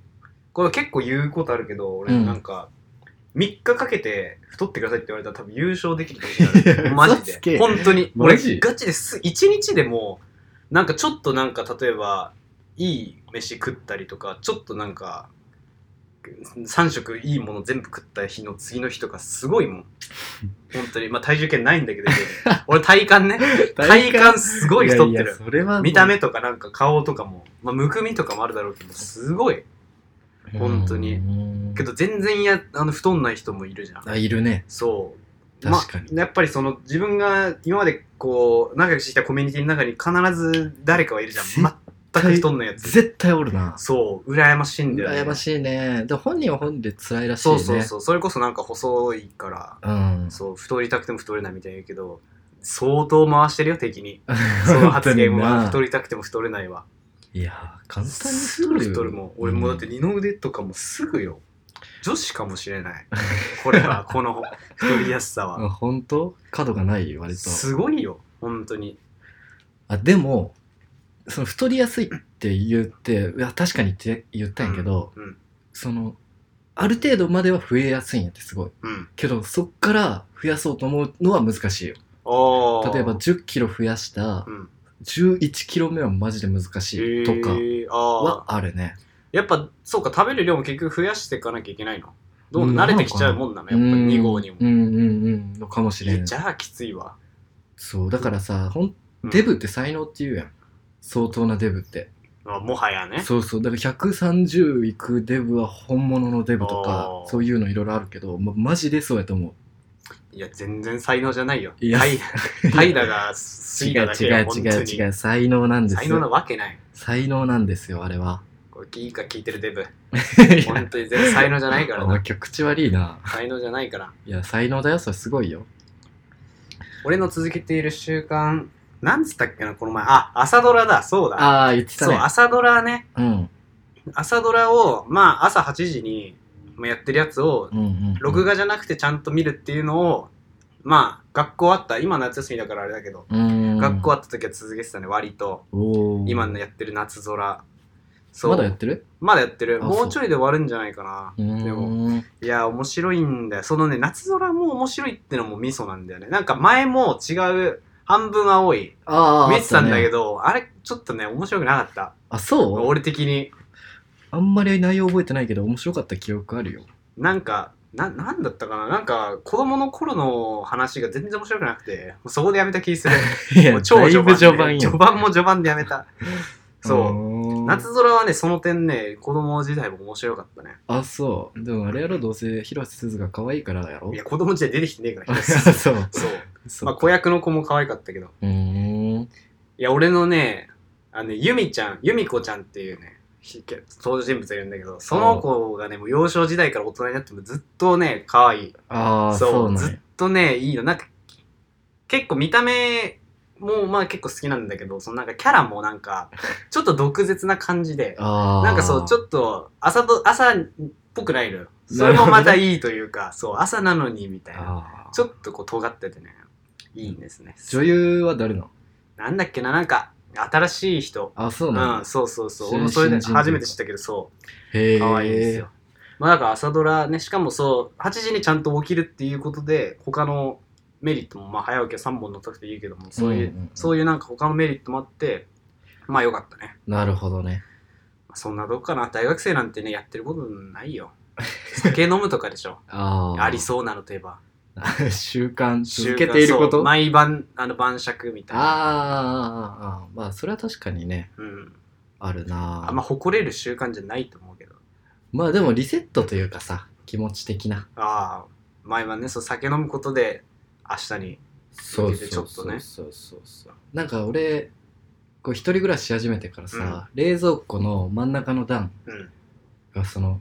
Speaker 2: これ結構言うことあるけど俺
Speaker 1: うん
Speaker 2: なんか、3日かけて太ってくださいって言われたら多分優勝できると
Speaker 1: *laughs*
Speaker 2: 思うマジ
Speaker 1: 嘘つけ
Speaker 2: で本当に
Speaker 1: マ
Speaker 2: 俺
Speaker 1: ジ
Speaker 2: ガチです1日でもなんかちょっとなんか例えばいい飯食ったりとかちょっとなんか3食いいもの全部食った日の次の日とかすごいもん本当にまあ体重計ない
Speaker 1: *laughs*
Speaker 2: んだけど俺体感ね体感すごい太って
Speaker 1: やや
Speaker 2: る。
Speaker 1: それは
Speaker 2: 見た目とかなんか顔とかも、まあ、むくみとかもあるだろうけど、すごい。本当に
Speaker 1: うん
Speaker 2: けど全然や、あの、太んない人もいるじゃん。
Speaker 1: あいるね
Speaker 2: そう。
Speaker 1: 確かに
Speaker 2: まあ、やっぱりその自分が今までこう、仲良くしてきたコミュニティの中に必ず誰かはいるじゃん。
Speaker 1: 絶
Speaker 2: 全く太んないやつ。
Speaker 1: 絶対おるな
Speaker 2: そう、羨ましいんだよ、ね。
Speaker 1: 羨ましいねで本人は本人で辛いらしい
Speaker 2: そ
Speaker 1: ね
Speaker 2: うそうそう。それこそなんか細いから、
Speaker 1: うん
Speaker 2: そう、太りたくても太れないみたいに言うけど、相当回してるよ、敵に。その発言
Speaker 1: 本当に
Speaker 2: は。
Speaker 1: な
Speaker 2: 太りたくても太れないわ。
Speaker 1: いやー簡単に
Speaker 2: す
Speaker 1: 太
Speaker 2: ぐ
Speaker 1: るよ
Speaker 2: 太るもん俺もうだって二の腕とかもすぐよ女子かもしれ
Speaker 1: *laughs*
Speaker 2: ないこれはこの太りやすさ
Speaker 1: うん
Speaker 2: は
Speaker 1: あ本当角がないよ割と
Speaker 2: すごいよ本当に
Speaker 1: あでもその太りやすいって言っていや確かにって言ったんやけど、
Speaker 2: うん
Speaker 1: そのある程度までは増えやすいんやってすごい
Speaker 2: うん
Speaker 1: けどそっから増やそうと思うのは難しいよ
Speaker 2: ああ
Speaker 1: 例えば1 0キロ増やした
Speaker 2: うん
Speaker 1: 1 1キロ目はマジで難しいとか
Speaker 2: えーああ
Speaker 1: はあるね、
Speaker 2: やっぱそうか食べる量も結局増やしていかなきゃいけないのどう
Speaker 1: うん
Speaker 2: 慣れてきちゃうもんなのやっぱ
Speaker 1: うん
Speaker 2: 2号にも
Speaker 1: うんうんうんのかもしれ
Speaker 2: え
Speaker 1: ん
Speaker 2: じゃあきついわ
Speaker 1: そうだからさほん
Speaker 2: うん
Speaker 1: デブって才能って言うやん相当なデブって
Speaker 2: あもはやね
Speaker 1: そうそうだから130いくデブは本物のデブとか
Speaker 2: あー
Speaker 1: そういうのいろいろあるけど、ま、マジでそうやと思
Speaker 2: いや全然才能じゃないよ
Speaker 1: いや
Speaker 2: 怠
Speaker 1: う
Speaker 2: 怠
Speaker 1: 違う
Speaker 2: 惰が過ぎ
Speaker 1: *laughs* 違
Speaker 2: た
Speaker 1: う
Speaker 2: だ
Speaker 1: *laughs* 違う
Speaker 2: けよ本
Speaker 1: 違う
Speaker 2: 当に
Speaker 1: 才能なんです
Speaker 2: 才能なわけない
Speaker 1: 才能なんですよあれは
Speaker 2: これいいか聞いてるデブ
Speaker 1: いや *laughs*
Speaker 2: 本当に全然才能じゃないから
Speaker 1: お前
Speaker 2: な。
Speaker 1: 今日口悪いな
Speaker 2: 才能じゃないから。
Speaker 1: いや才能だよそれすごいよ
Speaker 2: 俺の続けている習慣、なんつったっけな、この前。あ、朝ドラだ、そうだ。
Speaker 1: ああ言ってた
Speaker 2: そう、
Speaker 1: ね
Speaker 2: 朝ドラね。
Speaker 1: うん
Speaker 2: 朝ドラを、まあ、朝8時にまあやってるやつを、
Speaker 1: うんうん
Speaker 2: 録画じゃなくてちゃんと見るっていうのを、まあ、学校あった、今夏休みだからあれだけど、
Speaker 1: うん
Speaker 2: 学校あった時は続けてたね、割と。
Speaker 1: おー
Speaker 2: 今のやってる夏空。そう。
Speaker 1: まだやってる
Speaker 2: まだやってる。
Speaker 1: あ
Speaker 2: もうちょいで終わるんじゃないかな。
Speaker 1: うーん
Speaker 2: でも、いや、面白いんだよ。そのね、夏空も面白いってのもミソなんだよね。なんか前も違う、半分青い、
Speaker 1: ああ
Speaker 2: 見てたんだけ
Speaker 1: ど
Speaker 2: ど、あれ、ちょっとね、面白くなかった。
Speaker 1: あそう
Speaker 2: 俺的に。
Speaker 1: あんまり内容覚えてないけど面白かった記憶あるよ
Speaker 2: なんか、な、なんだったかななんか、子供の頃の話が全然面白くなくて、もうそこでやめた気する。
Speaker 1: *laughs* い
Speaker 2: も
Speaker 1: や
Speaker 2: う超序盤
Speaker 1: だ
Speaker 2: で
Speaker 1: いぶ序盤
Speaker 2: 序
Speaker 1: よ
Speaker 2: 盤も序盤でやめた。そう。
Speaker 1: う
Speaker 2: 夏空はね、その点ね、子供時代も面白かったね。
Speaker 1: あそうでもあれやろどうせ広瀬すずが可愛いからやろ
Speaker 2: いや、子供時代出てきてねえから。
Speaker 1: *laughs*
Speaker 2: そ
Speaker 1: そう
Speaker 2: う。
Speaker 1: そ
Speaker 2: まあ、
Speaker 1: う
Speaker 2: 子役の子も可愛かったけど。
Speaker 1: うーん
Speaker 2: いや、俺のね、あのね、ゆみちゃん、ゆみこちゃんっていうね、ひ登場人物がいるんだけど、その子がね、もう幼少時代から大人になってもずっとね、可愛い。
Speaker 1: ああそうなん
Speaker 2: ずっ
Speaker 1: や
Speaker 2: とね、いいの。なんか、結構見た目もまあ結構好きなんだけど、そのなんかキャラもな
Speaker 1: *laughs*
Speaker 2: んか、ちょっと毒舌な感じで、
Speaker 1: ああ。
Speaker 2: なんかそう、ち
Speaker 1: っ
Speaker 2: ょっと朝ど、朝っぽくないのよ。それもまたいいというか、そう、朝なのにみたいな。ちょっとこう尖っててね、いいんですね。
Speaker 1: 女優は誰なの
Speaker 2: なんだっけな、なんか、新しい人。
Speaker 1: あ、そう
Speaker 2: う
Speaker 1: なの、
Speaker 2: ん、そうそうそう。
Speaker 1: 新
Speaker 2: 俺もそれで
Speaker 1: 新人というか
Speaker 2: 初めて知ったけど、そう。
Speaker 1: へえ。
Speaker 2: 可愛いですよ。。まあなんか朝ドラね、しかもそう、8時にちゃんと起きるっていうことで、他のメリットも、まあ早起きは3本の時でいいけども、そういう、
Speaker 1: うんうんうん
Speaker 2: そういうなんか他のメリットもあって、まあよかったね。
Speaker 1: なるほどね。
Speaker 2: まあそんなどっかな。大学生なんてね、やってることないよ。酒飲むとかでしょ。
Speaker 1: *laughs* ああ。
Speaker 2: ありそうなのといえば。
Speaker 1: う。習慣、続けているこ
Speaker 2: そう
Speaker 1: とあ
Speaker 2: 毎晩、あの晩酌みたいな。
Speaker 1: あー、まあ、それは確かにね、
Speaker 2: うん。
Speaker 1: あるな
Speaker 2: あんま誇れる習慣じゃないと思うけど。
Speaker 1: まあでもリセットというかさ、気持ち的な。
Speaker 2: ああ、毎晩ね、そう酒飲むことで、明日に。
Speaker 1: そう
Speaker 2: う
Speaker 1: そ
Speaker 2: そうう
Speaker 1: そ
Speaker 2: そうう
Speaker 1: そうそうなんか俺こう一人暮らしし始めてからさ、冷蔵庫の真ん中の段
Speaker 2: うん。
Speaker 1: がその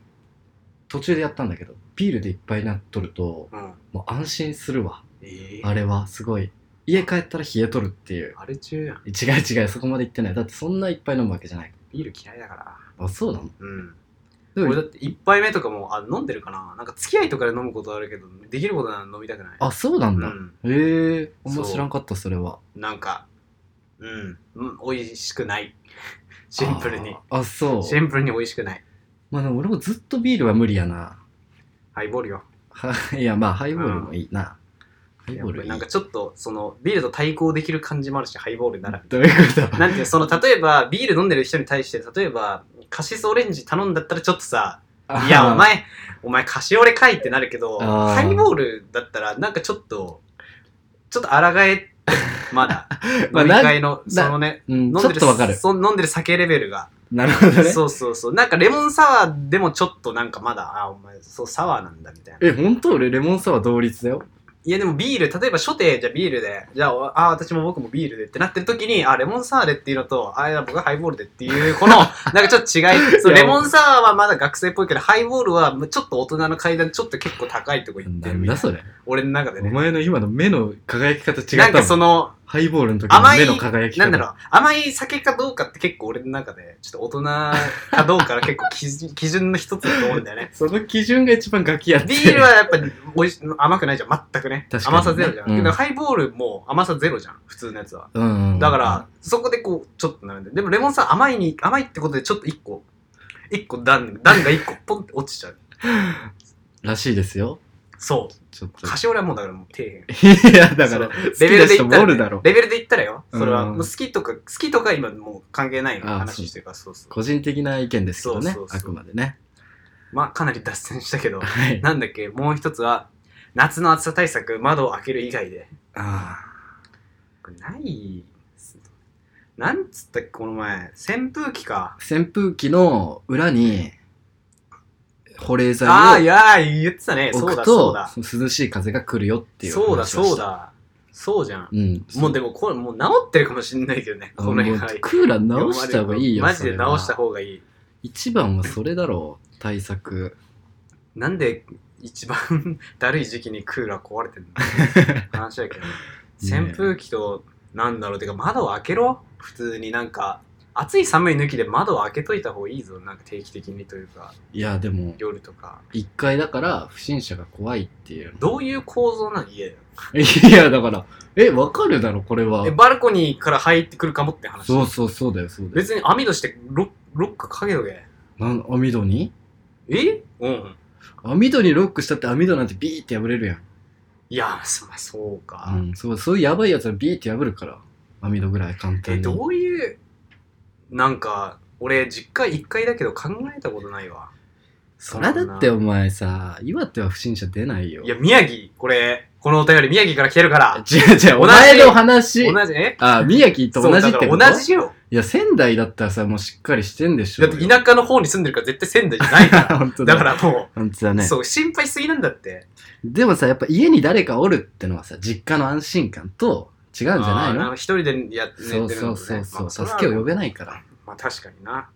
Speaker 1: 途中でやったんだけどビールでいっぱいになっとると
Speaker 2: うん。
Speaker 1: もう安心するわ
Speaker 2: ええ
Speaker 1: あれはすごい家帰ったら冷えとるっていう
Speaker 2: あれ中やん。
Speaker 1: 違う違うそこまで行ってないだってそんないっぱい飲むわけじゃない
Speaker 2: ビール嫌いだから。
Speaker 1: あそうなの
Speaker 2: うん。
Speaker 1: で
Speaker 2: 俺
Speaker 1: も
Speaker 2: だって1杯目とかも、あ、飲んでるかななんか付き合いとかで飲むことあるけど、できることなら飲みたくない。
Speaker 1: あそうなん
Speaker 2: う
Speaker 1: だ、
Speaker 2: ん。
Speaker 1: へえあんま
Speaker 2: そう
Speaker 1: 知らんかったそれは
Speaker 2: なんか、うん。うん、美味しくない。 *laughs* シンプルに。
Speaker 1: あーあそう
Speaker 2: シンプルに美味しくない。
Speaker 1: まあでも俺もずっとビールは無理やな *laughs*
Speaker 2: ハイボールよ。
Speaker 1: はいやまあハイボールもいいな。ハイボールいい。
Speaker 2: なんかちょっと、その、ビールと対抗できる感じもあるし、ハイボールなら。
Speaker 1: どういうこと
Speaker 2: なんていうのその、例えば、ビール飲んでる人に対して、例えば、カシスオレンジ頼んだったらちょっとさ、いや、お。前、お前、カシオレかいってなるけど、
Speaker 1: あー。
Speaker 2: ハイボールだったら、なんかちょっと、ちょっと抗えって、まだ
Speaker 1: *laughs* まあ
Speaker 2: 飲み会の、
Speaker 1: な
Speaker 2: そのね、
Speaker 1: *laughs* うん、
Speaker 2: 飲ん
Speaker 1: ちょ
Speaker 2: で
Speaker 1: っ
Speaker 2: る
Speaker 1: とわかる。
Speaker 2: そ飲んでる酒レベルが。
Speaker 1: なるほどね。
Speaker 2: そうそうそう。なんかレモンサワーでもちょっとなんかまだ、あ、お前、そう、サワーなんだみたいな。
Speaker 1: え、本当俺レモンサワー同率だよ。
Speaker 2: いや、でもビール、例えば初手、じゃあビールで、じゃあ、おあ、私も僕もビールでってなってる時に、あ、レモンサワーでっていうのと、あ、いや僕はハイボールでってい
Speaker 1: *laughs*
Speaker 2: う、この、なんかちょっと違い。そう、
Speaker 1: いや
Speaker 2: レモンサワーはまだ学生っぽいけど、ハイボールはちょっと大人の階段、ちょっと結構高いとこ行って
Speaker 1: な
Speaker 2: る
Speaker 1: ん
Speaker 2: みたい
Speaker 1: だ
Speaker 2: な。
Speaker 1: それ。
Speaker 2: 俺の中で
Speaker 1: お
Speaker 2: ね。
Speaker 1: 前の今の目の輝き方違った
Speaker 2: なんかそ
Speaker 1: の
Speaker 2: の、
Speaker 1: ハイボールの時の
Speaker 2: 甘
Speaker 1: 目
Speaker 2: い
Speaker 1: の輝き方。
Speaker 2: なんだろう、甘い酒かどうかって結構俺の中で、ちょっと大人かどうかが結構基準 *laughs* 基準の一つだと思うんだよね。
Speaker 1: その基準が一番ガキやって
Speaker 2: ビールはやっぱりおいし甘くないじゃん、全くね。
Speaker 1: 確かにね
Speaker 2: 甘さゼロじゃん。
Speaker 1: うん
Speaker 2: けどハイボールも甘さゼロじゃん、普通のやつは。
Speaker 1: うん。
Speaker 2: だから、そこでこう、ちょっとなるんで。でもレモンさん甘いに、甘いってことでちょっと一個、一個段、段が一個ポンって落ちちゃう。
Speaker 1: らしいですよ。
Speaker 2: そ
Speaker 1: ちょっと
Speaker 2: う。。カシオレはもうだからもう底辺。
Speaker 1: *laughs* いや、だから、
Speaker 2: そ
Speaker 1: 好
Speaker 2: う
Speaker 1: きな人もおるだろ。
Speaker 2: レベルで言ったらよ。それは、
Speaker 1: うん
Speaker 2: もう好きとか、好きとか今もう関係ない
Speaker 1: あ
Speaker 2: 話してるから、そうそう。
Speaker 1: 個人的な意見ですけどね
Speaker 2: そう。そうそう
Speaker 1: あくまでね。
Speaker 2: まあ、かなり脱線したけど、
Speaker 1: はい。
Speaker 2: なんだっけ、もう一つは、夏の暑さ対策、窓を開ける以外で。
Speaker 1: あ
Speaker 2: これないっすなんつったっけ、この前。扇風機か。
Speaker 1: ー扇風機の裏に、保冷剤を。
Speaker 2: ああ、いやー、言ってたね。そ
Speaker 1: 置
Speaker 2: うだ、
Speaker 1: く
Speaker 2: そう
Speaker 1: と
Speaker 2: だ。
Speaker 1: 涼しい風が来るよっていう
Speaker 2: そうだ、
Speaker 1: 話をした
Speaker 2: そうだ。そうじゃん。
Speaker 1: うん
Speaker 2: もうでも、これ、もう治ってるかもしんないけどね。この
Speaker 1: も
Speaker 2: 辺
Speaker 1: う
Speaker 2: は。
Speaker 1: クーラー直した方がいいよ
Speaker 2: マジで
Speaker 1: それは
Speaker 2: 直した方がいい。
Speaker 1: 一番はそれだろう対策
Speaker 2: なんで一番だるい時期にクーラー壊
Speaker 1: *laughs*
Speaker 2: れてんの話だけど、
Speaker 1: ね
Speaker 2: 扇風機となんだろうてか窓を開けろ普通になんか暑い寒い抜きで窓を開けといた方がいいぞなんか定期的にというか
Speaker 1: いやでも
Speaker 2: 夜とか
Speaker 1: 一回だから不審者が怖いっていう *laughs*
Speaker 2: どういう構造なの家だよ
Speaker 1: いやだからえわかるだろこれは
Speaker 2: えバルコニーから入ってくるかもって話
Speaker 1: そうそうそうだよそうだよ
Speaker 2: 別に網戸してロッロックかけとけ
Speaker 1: なん網戸に
Speaker 2: えうん
Speaker 1: 網戸にロックしたって網戸なんてビーって破れるやん、
Speaker 2: いやそそうか、
Speaker 1: うん、そうそういうやばいやつはビーって破るから網戸ぐらい簡単
Speaker 2: え
Speaker 1: に
Speaker 2: どういうなんか俺実家1回だけど考えたことないわ
Speaker 1: そらだってお前さ岩手は不審者出ないよ *laughs*
Speaker 2: いや、宮城、これ、このお便り宮城から来てるから。
Speaker 1: 違う違う、お前の話。
Speaker 2: 同じ、え
Speaker 1: あ、宮城と同じっ
Speaker 2: そうだか
Speaker 1: て
Speaker 2: ら
Speaker 1: こと
Speaker 2: 同じよ。
Speaker 1: いや、仙台だったらさ、もうしっかりしてんでしょ
Speaker 2: だっ
Speaker 1: う
Speaker 2: て
Speaker 1: よ。
Speaker 2: 田舎の方に住んでるから絶対仙台じゃな
Speaker 1: *laughs*
Speaker 2: いから。
Speaker 1: 本当だ。
Speaker 2: だからも
Speaker 1: 本当だ
Speaker 2: う、
Speaker 1: ね。
Speaker 2: そう、心配しすぎなんだって。
Speaker 1: でもさ、やっぱ家に誰かおるってのはさ、実家の安心感と違うんじゃない
Speaker 2: あー
Speaker 1: の
Speaker 2: んか一人でやって寝てる
Speaker 1: そ
Speaker 2: の
Speaker 1: う
Speaker 2: とね
Speaker 1: そうそうそう、
Speaker 2: まあそれは
Speaker 1: 助けを呼べないから。
Speaker 2: まあ確かにな。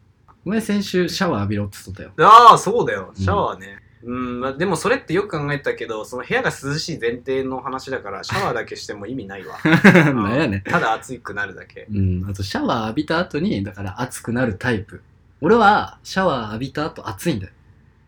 Speaker 1: お前先週シャワー浴びろって言っとったよ。
Speaker 2: ああ、そうだよ。シャワーね。うんまあ、でもそれってよく考えたけどその部屋が涼しい前提の話だからシャワーだけしても意味ないわ
Speaker 1: *laughs* なんやねん
Speaker 2: ただ暑くなるだけ
Speaker 1: うん、あとシャワー浴びた後にだから熱くなるタイプ俺はシャワー浴びた後熱いんだよ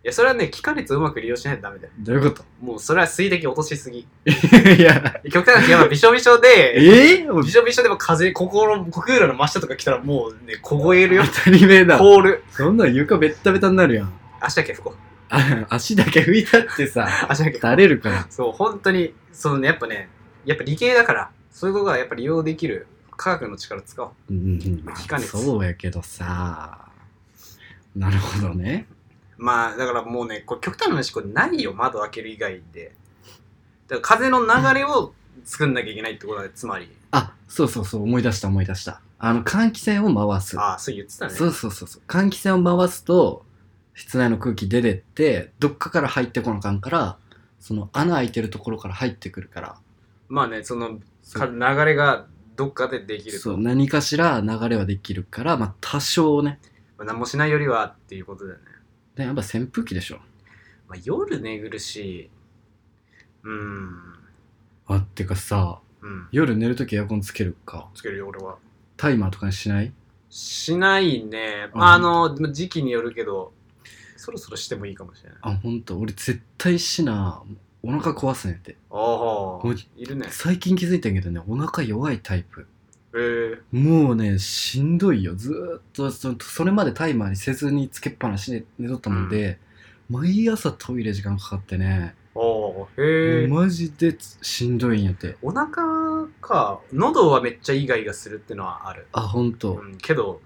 Speaker 2: いやそれはね気化熱をうまく利用しないとダメだよ
Speaker 1: どういうこ
Speaker 2: もうそれは水滴落としすぎ
Speaker 1: と *laughs* いや
Speaker 2: 極端な話やっぱびしょびしょで
Speaker 1: えー、もう
Speaker 2: びしょびしょでも風ここのコクーラの真下とか来たらもうね凍えるよ
Speaker 1: 当たり前だ
Speaker 2: 凍る
Speaker 1: そんなん床ベッタベタになるやん
Speaker 2: 足だけ拭こう
Speaker 1: あ足だけ拭いたってさ
Speaker 2: 足だけ拭こう
Speaker 1: 垂れるから
Speaker 2: そう、本当に、そのね、やっぱね、やっぱ理系だから、そういうことがやっぱ利用できる科学の力使おう。
Speaker 1: うんまあ
Speaker 2: 気化熱
Speaker 1: そうやけどさなるほどね
Speaker 2: まあ、だからもうね、これ極端な話、これないよ、窓開ける以外で。だから風の流れを作んなきゃいけないってことだよ、つまり。
Speaker 1: あそうそうそう思い出した思い出したあの換気扇を回す
Speaker 2: ああ、そう言ってたね。
Speaker 1: そうそうそうそう換気扇を回すと室内の空気出てってどっかから入ってこなかんからその穴開いてるところから入ってくるから
Speaker 2: まあね、その
Speaker 1: そ
Speaker 2: か
Speaker 1: う
Speaker 2: 流れがどっかでできる
Speaker 1: そ
Speaker 2: と
Speaker 1: う。何かしら流れはできるから、まあ、多少ね
Speaker 2: まあ、何もしないよりはっていうことだよね。
Speaker 1: でやっぱ扇風機でしょ
Speaker 2: まあ、夜寝苦しい。うーん。
Speaker 1: あってかさ
Speaker 2: うん。
Speaker 1: 夜寝るときエアコンつけるか
Speaker 2: つけるよ、俺は。
Speaker 1: タイマーとかにしない
Speaker 2: しないね。
Speaker 1: うん
Speaker 2: まあ、あの、時期によるけど、そろそろしてもいいかもしれない。あ
Speaker 1: あほんと俺絶対しなお腹壊すねんって
Speaker 2: あ
Speaker 1: うん、
Speaker 2: いるね。
Speaker 1: 最近気づいたんやけどねお腹弱いタイプ
Speaker 2: えー、
Speaker 1: もうね、しんどいよ。ずーっとそ、それまでタイマーにせずにつけっぱなしで寝とったもんで、毎朝トイレ時間かかってね、
Speaker 2: ああ、へえ。
Speaker 1: もうマジでしんどいんやって。
Speaker 2: お腹か、喉はめっちゃイガイガするってのはある。
Speaker 1: あ、ほんと
Speaker 2: う。ん、けど、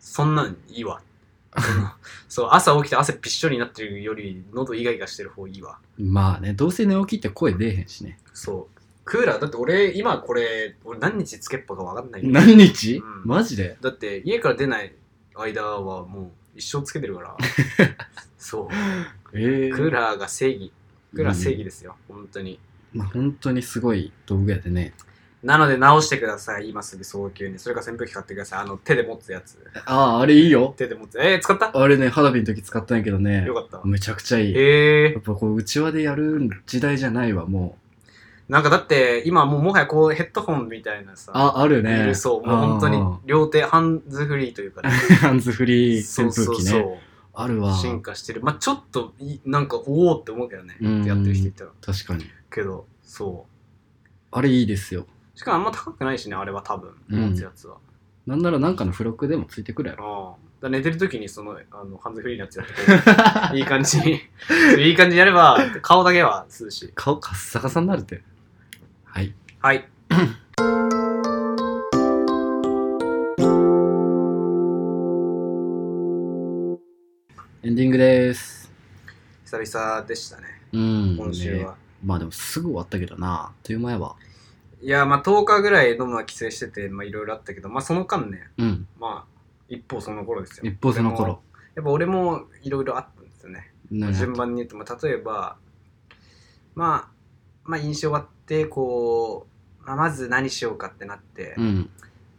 Speaker 2: そんなんいいわ。 *laughs* そのそう、朝起きて汗びっしょりになってるより、喉イガイガしてる方いいわ。
Speaker 1: まあね、どうせ寝起きって声出えへんしね。
Speaker 2: そう。クーラー、だって俺、今これ、俺何日つけっぱかわかんないよ
Speaker 1: 何日、
Speaker 2: うん
Speaker 1: マジで
Speaker 2: だって家から出ない間はもう一生つけてるからそう
Speaker 1: ええ
Speaker 2: クーラーが正義クーラー正義ですよ、本当に
Speaker 1: まあ本当にすごい道具やでね。
Speaker 2: なので直してください今すぐ早急にそれから扇風機買ってくださいあの手で持つやつ
Speaker 1: ああ、あれいいよ。
Speaker 2: 手で持つえー、使った
Speaker 1: あれね、花火の時使ったんやけどね
Speaker 2: よ、かった
Speaker 1: めちゃくちゃいい。や
Speaker 2: へえ
Speaker 1: っぱこう、うちわでやる時代じゃないわ、もう。
Speaker 2: なんかだって今もうもはやこうヘッドホンみたいなさ
Speaker 1: あ、ある
Speaker 2: い
Speaker 1: ね。
Speaker 2: るそうもう本当に
Speaker 1: あ
Speaker 2: 両手ハンズフリーというか、ね、
Speaker 1: ーハンズフリー
Speaker 2: *laughs* そう
Speaker 1: 扇風
Speaker 2: そう
Speaker 1: 機
Speaker 2: そ
Speaker 1: ね。
Speaker 2: う
Speaker 1: あるわ。
Speaker 2: 進化してるまあちょっといなんかおおって思うけどね
Speaker 1: うん
Speaker 2: やってる人いたら
Speaker 1: 確かに。
Speaker 2: けどそう
Speaker 1: あれいいですよ。
Speaker 2: しかもあんま高くないしね、あれは多分、
Speaker 1: うん
Speaker 2: 持つやつは。
Speaker 1: なんならなんかの付録でもついてくるやろ。
Speaker 2: ああだから寝てる時にその、あの、ハンズフリーのやつやってこ
Speaker 1: *laughs*
Speaker 2: う、いい感じに、いい感じにやれば、顔だけは涼しい。
Speaker 1: 顔カッサカサになるって。はい。
Speaker 2: はい。
Speaker 1: エンディングです。
Speaker 2: 久々でしたね、
Speaker 1: うん。
Speaker 2: 今週
Speaker 1: ね
Speaker 2: は。
Speaker 1: まあでもすぐ終わったけどな。という前は。
Speaker 2: いや、まあ10日ぐらい飲むは帰省してて、まあいろいろあったけど、まあその間ね、
Speaker 1: うん。
Speaker 2: まあ、一方その頃ですよ。
Speaker 1: 一方その頃。
Speaker 2: でも。やっぱ俺もいろいろあったんですよね。
Speaker 1: なんか
Speaker 2: 順番に言っても、例えば、まあ、まあ印象があって、こう、まあ、まず何しようかってなって、
Speaker 1: うん。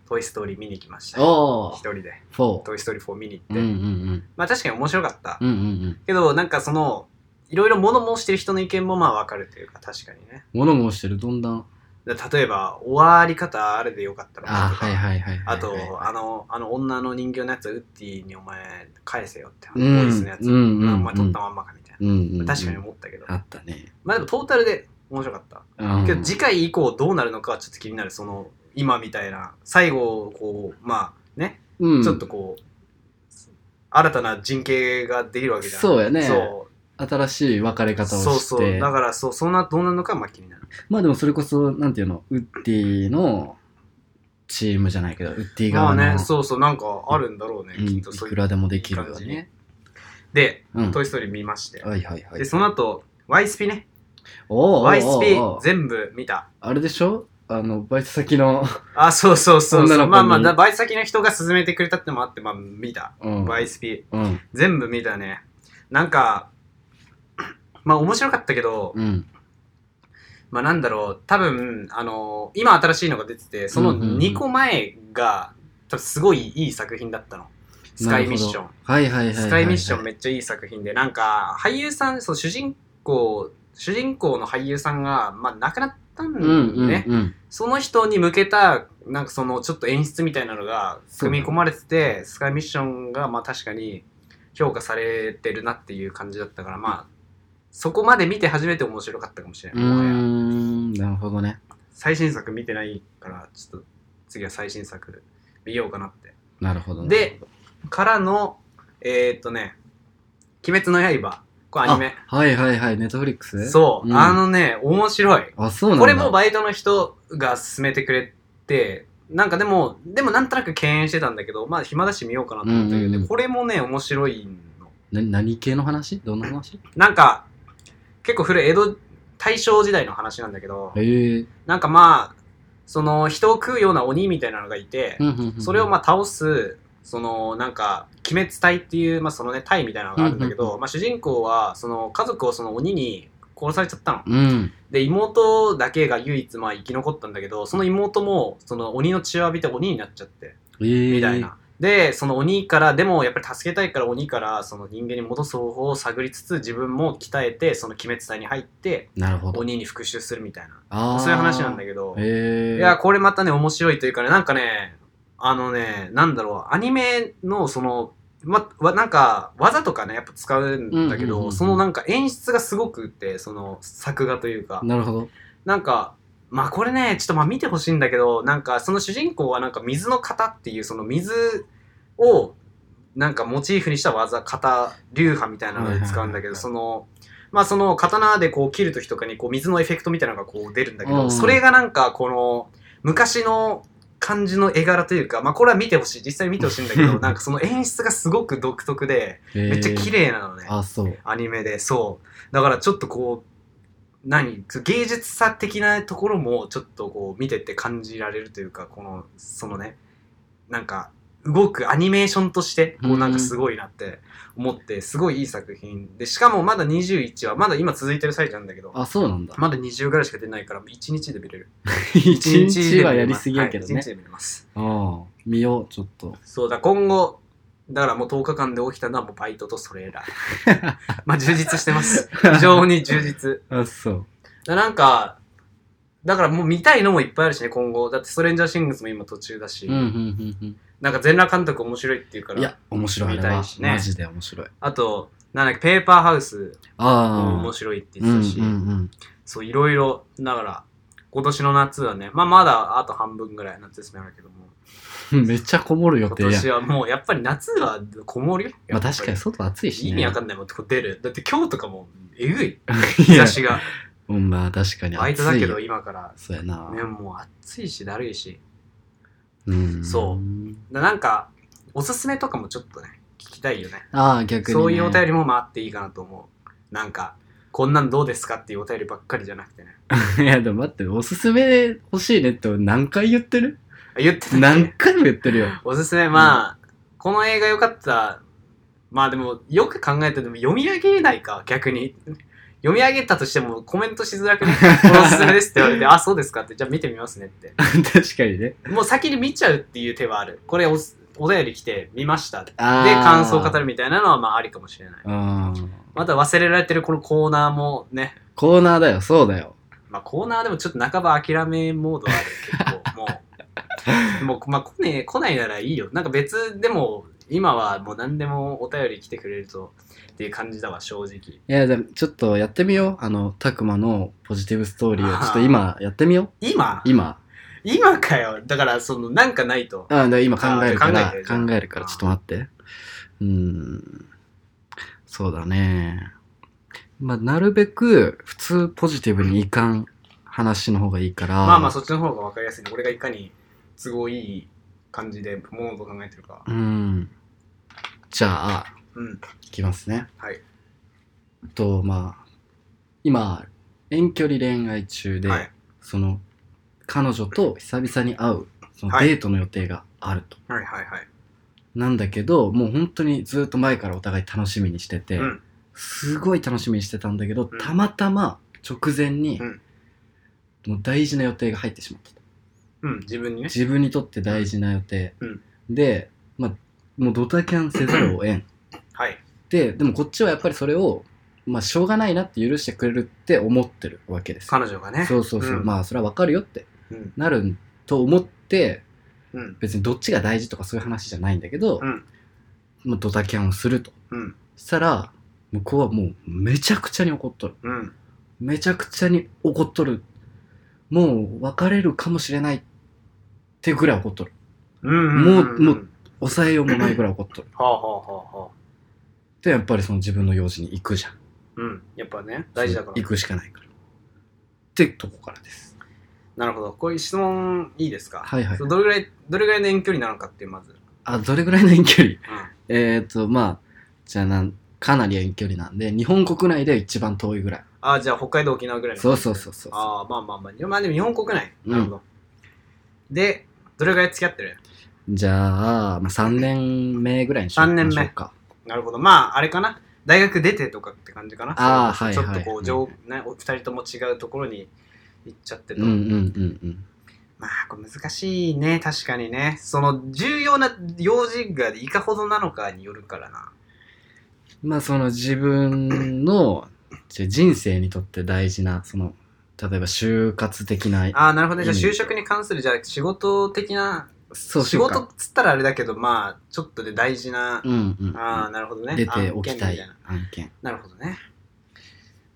Speaker 2: トイ・ストーリー見に行きました。
Speaker 1: おー。
Speaker 2: 一人で。
Speaker 1: フォー。
Speaker 2: トイ・ストーリー4見に行っ
Speaker 1: うんう
Speaker 2: て。
Speaker 1: んうん。
Speaker 2: まあ確かに面白かった。
Speaker 1: うんうんうん。
Speaker 2: けど、なんかその、いろいろ物申してる人の意見もまあわかるというか、確かにね。
Speaker 1: 物申してる、どんだん。
Speaker 2: だ例えば、終わり方あれでよかったの
Speaker 1: あ
Speaker 2: か
Speaker 1: ー、
Speaker 2: とか。
Speaker 1: はいはいはいはいはい。
Speaker 2: あと、あの、あの女の人形のやつはウッディにお前返せよって、あ
Speaker 1: う
Speaker 2: の
Speaker 1: ん、
Speaker 2: ボイスのやつ、
Speaker 1: うんうんうん
Speaker 2: まあお前取ったまんまかみたい
Speaker 1: うんうんう
Speaker 2: な。
Speaker 1: ん。
Speaker 2: 確かに思ったけど。
Speaker 1: あったね。
Speaker 2: まあでもトータルで面白かった。
Speaker 1: うん
Speaker 2: けど次回以降どうなるのかはちょっと気になる。その、今みたいな、最後、こう、まあね、
Speaker 1: うん
Speaker 2: ちょっとこう、新たな人形ができるわけじゃん。
Speaker 1: そうやね
Speaker 2: そ
Speaker 1: 新しい別れ
Speaker 2: う。
Speaker 1: 方をして。
Speaker 2: そうそう。だから、そう、そんな、どうなるのか、まあ気になる。
Speaker 1: まあでもそれこそ、なんていうの、ウッディのチームじゃないけど、ウッディ
Speaker 2: ま
Speaker 1: 側
Speaker 2: あ
Speaker 1: の、
Speaker 2: ね、そうそう、なんかあるんだろうね、
Speaker 1: うん
Speaker 2: き
Speaker 1: い
Speaker 2: っとそうい
Speaker 1: く
Speaker 2: う。
Speaker 1: らでもできるよ
Speaker 2: いい感じに
Speaker 1: ね。
Speaker 2: で、
Speaker 1: うん。
Speaker 2: ト
Speaker 1: は
Speaker 2: イ・ストーリー見まして。
Speaker 1: いはいはい
Speaker 2: で、。その後、ワイスピね。
Speaker 1: お
Speaker 2: ワイスピ
Speaker 1: おうおうおう
Speaker 2: 全部見た。
Speaker 1: あれでしょあの、バイト先の、
Speaker 2: あ、そうそうそう
Speaker 1: 女
Speaker 2: そ
Speaker 1: の子
Speaker 2: う。
Speaker 1: に
Speaker 2: まあまあ、だバイト先の人が勧めてくれたってのもあって、まあ見た。
Speaker 1: うん。
Speaker 2: ワイスピ
Speaker 1: うん。
Speaker 2: 全部見たね。なんか、まあ面白かったけど、
Speaker 1: うん。
Speaker 2: まあなんだろう、多分、あの今新しいのが出てて、その
Speaker 1: うんうんうん
Speaker 2: 2個前が、多分すごいいい作品だったの。スカイミッション。
Speaker 1: はいはいはいはい、はい。
Speaker 2: スカイミッションめっちゃいい作品で、なんか、俳優さん、そう、主人公、主人公の俳優さんが、まあ、亡くなったんだ
Speaker 1: う
Speaker 2: よ
Speaker 1: ん
Speaker 2: ね。
Speaker 1: うんうん。
Speaker 2: その人に向けた、なんかその、ちょっと演出みたいなのが、
Speaker 1: そう
Speaker 2: 組み込まれてて、スカイミッションが、まあ、確かに、評価されてるなっていう感じだったから、まあ、そこまで見て初めて面白かったかもしれ
Speaker 1: うー
Speaker 2: ない。もはや
Speaker 1: ん、なるほどね。
Speaker 2: 最新作見てないから、ちょっと、次は最新作見ようかなって。
Speaker 1: なるほどね。
Speaker 2: で、からの、えーっとね、鬼滅の刃、これアニメ。
Speaker 1: はいはいはい、ネットフリックス
Speaker 2: そう、
Speaker 1: うん
Speaker 2: あのね、面白い。
Speaker 1: あ、そうなんだ。
Speaker 2: これもバイトの人が勧めてくれて、なんかでも、でもなんとなく敬遠してたんだけど、まあ暇だし見ようかなと思ったけど、
Speaker 1: うんうんうん
Speaker 2: これもね、面白い
Speaker 1: な
Speaker 2: の。
Speaker 1: 何系の話どんな話
Speaker 2: なんか、結構古い江戸、大正時代の話なんだけど、
Speaker 1: へえ。
Speaker 2: なんかまあ、その人を食うような鬼みたいなのがいて、
Speaker 1: うんうんうん
Speaker 2: それをまあ倒す、そのなんか、鬼滅隊っていう、まあそのね、隊みたいなのがあるんだけ
Speaker 1: うんう
Speaker 2: ど、まあ主人公は、その家族をその鬼に殺されちゃったの。
Speaker 1: うん。
Speaker 2: で、妹だけが唯一まあ生き残ったんだけど、その妹も、その鬼の血を浴びて鬼になっちゃって、
Speaker 1: ええ。
Speaker 2: みたい。な。で、その鬼から、でもやっぱり助けたいから鬼から、その人間に戻す方法を探りつつ、自分も鍛えて、その鬼滅隊に入って、
Speaker 1: なるほど。
Speaker 2: 鬼に復讐するみたいな。
Speaker 1: あー
Speaker 2: そういう話なんだけど。
Speaker 1: へえ。
Speaker 2: いや、これまたね、面白いというかね、なんかね、あのね、なんだろう、アニメのその、ま、わなんか、技とかね、やっぱ使うんだけど、
Speaker 1: うんうんうんうん
Speaker 2: そのなんか演出がすごくって、その作画というか、
Speaker 1: なるほど。
Speaker 2: なんか、まあこれね、ちょっとまあ見てほしいんだけど、なんかその主人公はなんか水の型っていう、その水をなんかモチーフにした技、型、流派みたいなので使うんだ
Speaker 1: はいはいはい
Speaker 2: け
Speaker 1: は
Speaker 2: ど、
Speaker 1: い
Speaker 2: その、まあその刀でこう切るときとかにこう水のエフェクトみたいなのがこう出るんだけ
Speaker 1: う
Speaker 2: ど、
Speaker 1: ん
Speaker 2: それがなんかこの昔の感じの絵柄というか、まあこれは見てほしい、実際に見てほしいんだけ
Speaker 1: *laughs*
Speaker 2: ど、なんかその演出がすごく独特で、
Speaker 1: め
Speaker 2: めっちゃ綺
Speaker 1: 麗。
Speaker 2: 麗なのね。
Speaker 1: あ、そう。
Speaker 2: アニメで、そう。だからちょっとこう、何芸術さ的なところもちょっとこう見てって感じられるというか、この、そのね、なんか、動くアニメーションとして、こ
Speaker 1: う
Speaker 2: うんなんかすごいなって思って、すごいいい作品で、しかもまだ21は、まだ今続いてる最中なんだけど、
Speaker 1: あ、そうなんだ。
Speaker 2: まだ20ぐらいしか出ないから、1日で見れる。
Speaker 1: 一日は
Speaker 2: で
Speaker 1: や
Speaker 2: 見れ
Speaker 1: り
Speaker 2: ます
Speaker 1: ぎやけど
Speaker 2: はい
Speaker 1: ね
Speaker 2: 一。日で見れます。
Speaker 1: うん。見よう、ちょっと。
Speaker 2: そうだ、今後、だからもう10日間で起きたのはもうバイトと
Speaker 1: *laughs*
Speaker 2: それら。まあ充実してます。非常に充実。
Speaker 1: あ、そう。
Speaker 2: だなんか、だからもう見たいのもいっぱいあるしね、今後。だってストレンジャーシングスも今途中だし、
Speaker 1: うん、うん、うん、
Speaker 2: なんか全裸監督面白いっていうか
Speaker 1: うん。
Speaker 2: ら、
Speaker 1: いや、面白い。あれ
Speaker 2: 見た、
Speaker 1: はい
Speaker 2: しね
Speaker 1: マジで面白い。
Speaker 2: あと、なんだっけ、ペーパーハウスも
Speaker 1: あ
Speaker 2: 面
Speaker 1: あ。
Speaker 2: 白いって
Speaker 1: うん、う
Speaker 2: 言
Speaker 1: ん、
Speaker 2: ってたし、
Speaker 1: うん。
Speaker 2: そう、いろいろ、だから、今年の夏はね、まあまだあと半分ぐらい夏休みあるけども、
Speaker 1: めっちゃこもる予
Speaker 2: 今
Speaker 1: 定や
Speaker 2: 年。はもうやっぱり夏はこもるよ。
Speaker 1: ま
Speaker 2: や
Speaker 1: あ
Speaker 2: っぱり
Speaker 1: 確かに外暑いしね。
Speaker 2: 意味わかんないもん、こう出る。だって今日とかもえぐい、
Speaker 1: い
Speaker 2: 日
Speaker 1: や
Speaker 2: 差しが。
Speaker 1: うん、まあ確かに暑い。
Speaker 2: バイトだけど今から、
Speaker 1: そうやな。
Speaker 2: ね、もう暑いし、だるいし。
Speaker 1: うん。。
Speaker 2: そうだなんか、おすすめとかもちょっとね、聞きたいよね。
Speaker 1: ああ、逆に、ね。
Speaker 2: そういうお便りも回っていいかなと思う。なんか、こんなんどうですかっていうお便りばっかりじゃなくてね。
Speaker 1: *laughs* いや、でも待って、おすすめ欲しいねって何回言ってる
Speaker 2: あ言ってたっ
Speaker 1: 何
Speaker 2: け
Speaker 1: 回も言ってるよ。 *laughs*
Speaker 2: おすすめ、まあ、この映画良かった。まあでも、よく考えてでも読み上げないか、逆に。読み上げたとしてもコメントしづ
Speaker 1: *laughs*
Speaker 2: らくね、このおすすめですって言われて、あ、そうですかって、じゃあ見てみますねって。
Speaker 1: 確かにね。
Speaker 2: もう先に見ちゃうっていう手はある。これおす、お便り来て見ました。で、
Speaker 1: あー
Speaker 2: 感想を語るみたいなのはまあありかもしれない。
Speaker 1: うん。
Speaker 2: また忘れられてるこのコーナーもね、
Speaker 1: コーナーだよ、そうだよ。
Speaker 2: まあコーナーでもちょっと半ば諦めモードある結構も
Speaker 1: *laughs*
Speaker 2: うもうまあ来,、ね、来ないならいいよなんか別でも今はもう何でもお便り来てくれるとっていう感じだわ正直
Speaker 1: いや、でもちょっとやってみよう。あの、たくまのポジティブストーリーをちょっと今やってみよう。
Speaker 2: 今
Speaker 1: 今。
Speaker 2: 今かよだからそのなんかないと
Speaker 1: あだから今考えるか
Speaker 2: あ
Speaker 1: ら
Speaker 2: 考えてる、じゃん
Speaker 1: 考えるから、ちょっと待って。うーん。そうだね。まあ、なるべく普通ポジティブにいかん話の方がいいから。
Speaker 2: まあまあそっちの方が分かりやすいね俺がいかに都合いい感じで物事を考えてるか
Speaker 1: うん。じゃあ、
Speaker 2: うん
Speaker 1: いきますね。
Speaker 2: はい。
Speaker 1: と、まあ、今、遠距離恋愛中で、
Speaker 2: はい
Speaker 1: その、彼女と久々に会う、その
Speaker 2: はい
Speaker 1: デートの予定があると。
Speaker 2: はいはいはい
Speaker 1: なんだけど、もう本当にずっと前からお互い楽しみにしてて、
Speaker 2: うん
Speaker 1: すごい楽しみにしてたんだけど、
Speaker 2: うん
Speaker 1: たまたま直前に、
Speaker 2: うん
Speaker 1: もう大事な予定が入ってしまったと。
Speaker 2: うん自分にね
Speaker 1: 自分にとって大事な予定、
Speaker 2: うん
Speaker 1: で、まあ、
Speaker 3: もうドタキャンせざるを得ん。
Speaker 2: はい。
Speaker 1: ででもこっちはやっぱりそれを、まあ、しょうがないなって許してくれるって思ってるわけです
Speaker 2: 彼女がね。
Speaker 1: そうそうそう、
Speaker 2: うん
Speaker 1: まあそれはわかるよって
Speaker 2: うん。
Speaker 1: なると思って
Speaker 2: うん。
Speaker 1: 別にどっちが大事とかそういう話じゃないんだけど、
Speaker 2: うん。
Speaker 1: まあ、ドタキャンをすると
Speaker 2: うん。
Speaker 1: したら向こうはもうめちゃくちゃに怒っとる
Speaker 2: うん。
Speaker 1: めちゃくちゃに怒っとるもう別れるかもしれないってぐらい怒っとる
Speaker 2: うん。
Speaker 1: もうんもう。抑えようもないぐらい怒っとる
Speaker 2: はあはあはあはあ。
Speaker 1: でやっぱりその自分の用事に行くじゃん
Speaker 2: うん。やっぱね、大事だから
Speaker 1: 行。くしかないからってとこからです
Speaker 2: なるほど。こういう質問いいですか
Speaker 1: はいはい
Speaker 2: そうどれぐらい、どれぐらいの遠距離なのかっていう、まず。
Speaker 1: あどれぐらいの遠距離
Speaker 2: う
Speaker 1: えっ、ー、とまあじゃあなんかなり遠距離なんで日本国内で一番遠いぐらい
Speaker 2: ん。ああ、じゃあ北海道、沖縄ぐらいの。
Speaker 1: そうそうそうそう
Speaker 2: ああ、まあまあまあ。まあでも日本国内。
Speaker 1: うん
Speaker 2: なるほど。で、どれぐらい付き合ってる
Speaker 1: じゃあ、まあ、3年目ぐらいにしましょうか
Speaker 2: 三年目なるほど。まあ、あれかな。大学出てとかって感じかな。
Speaker 1: あー
Speaker 2: そう
Speaker 1: はい
Speaker 2: ちょっとこ
Speaker 1: はい
Speaker 2: う、上ね、お二人とも違うところに行っちゃって
Speaker 1: う
Speaker 2: る
Speaker 1: ん
Speaker 2: と。
Speaker 1: うんうんうん
Speaker 2: まあ、これ難しいね。確かにね。その、重要な用事がいかほどなのかによるからな。
Speaker 1: まあその自分のじゃあ人生にとって大事なその例えば就活的な
Speaker 2: ああ、なるほどね。
Speaker 1: いい
Speaker 2: じゃあ
Speaker 1: ね
Speaker 2: 就職に関する、じゃあ仕事的な、
Speaker 1: そう
Speaker 2: 仕事っつったらあれだけど、まあ、ちょっとで大事な、
Speaker 1: うんうん
Speaker 2: ああ、なるほどね。
Speaker 1: 出ておきた
Speaker 2: 案件み
Speaker 1: い
Speaker 2: な
Speaker 1: 案件
Speaker 2: なるほどね。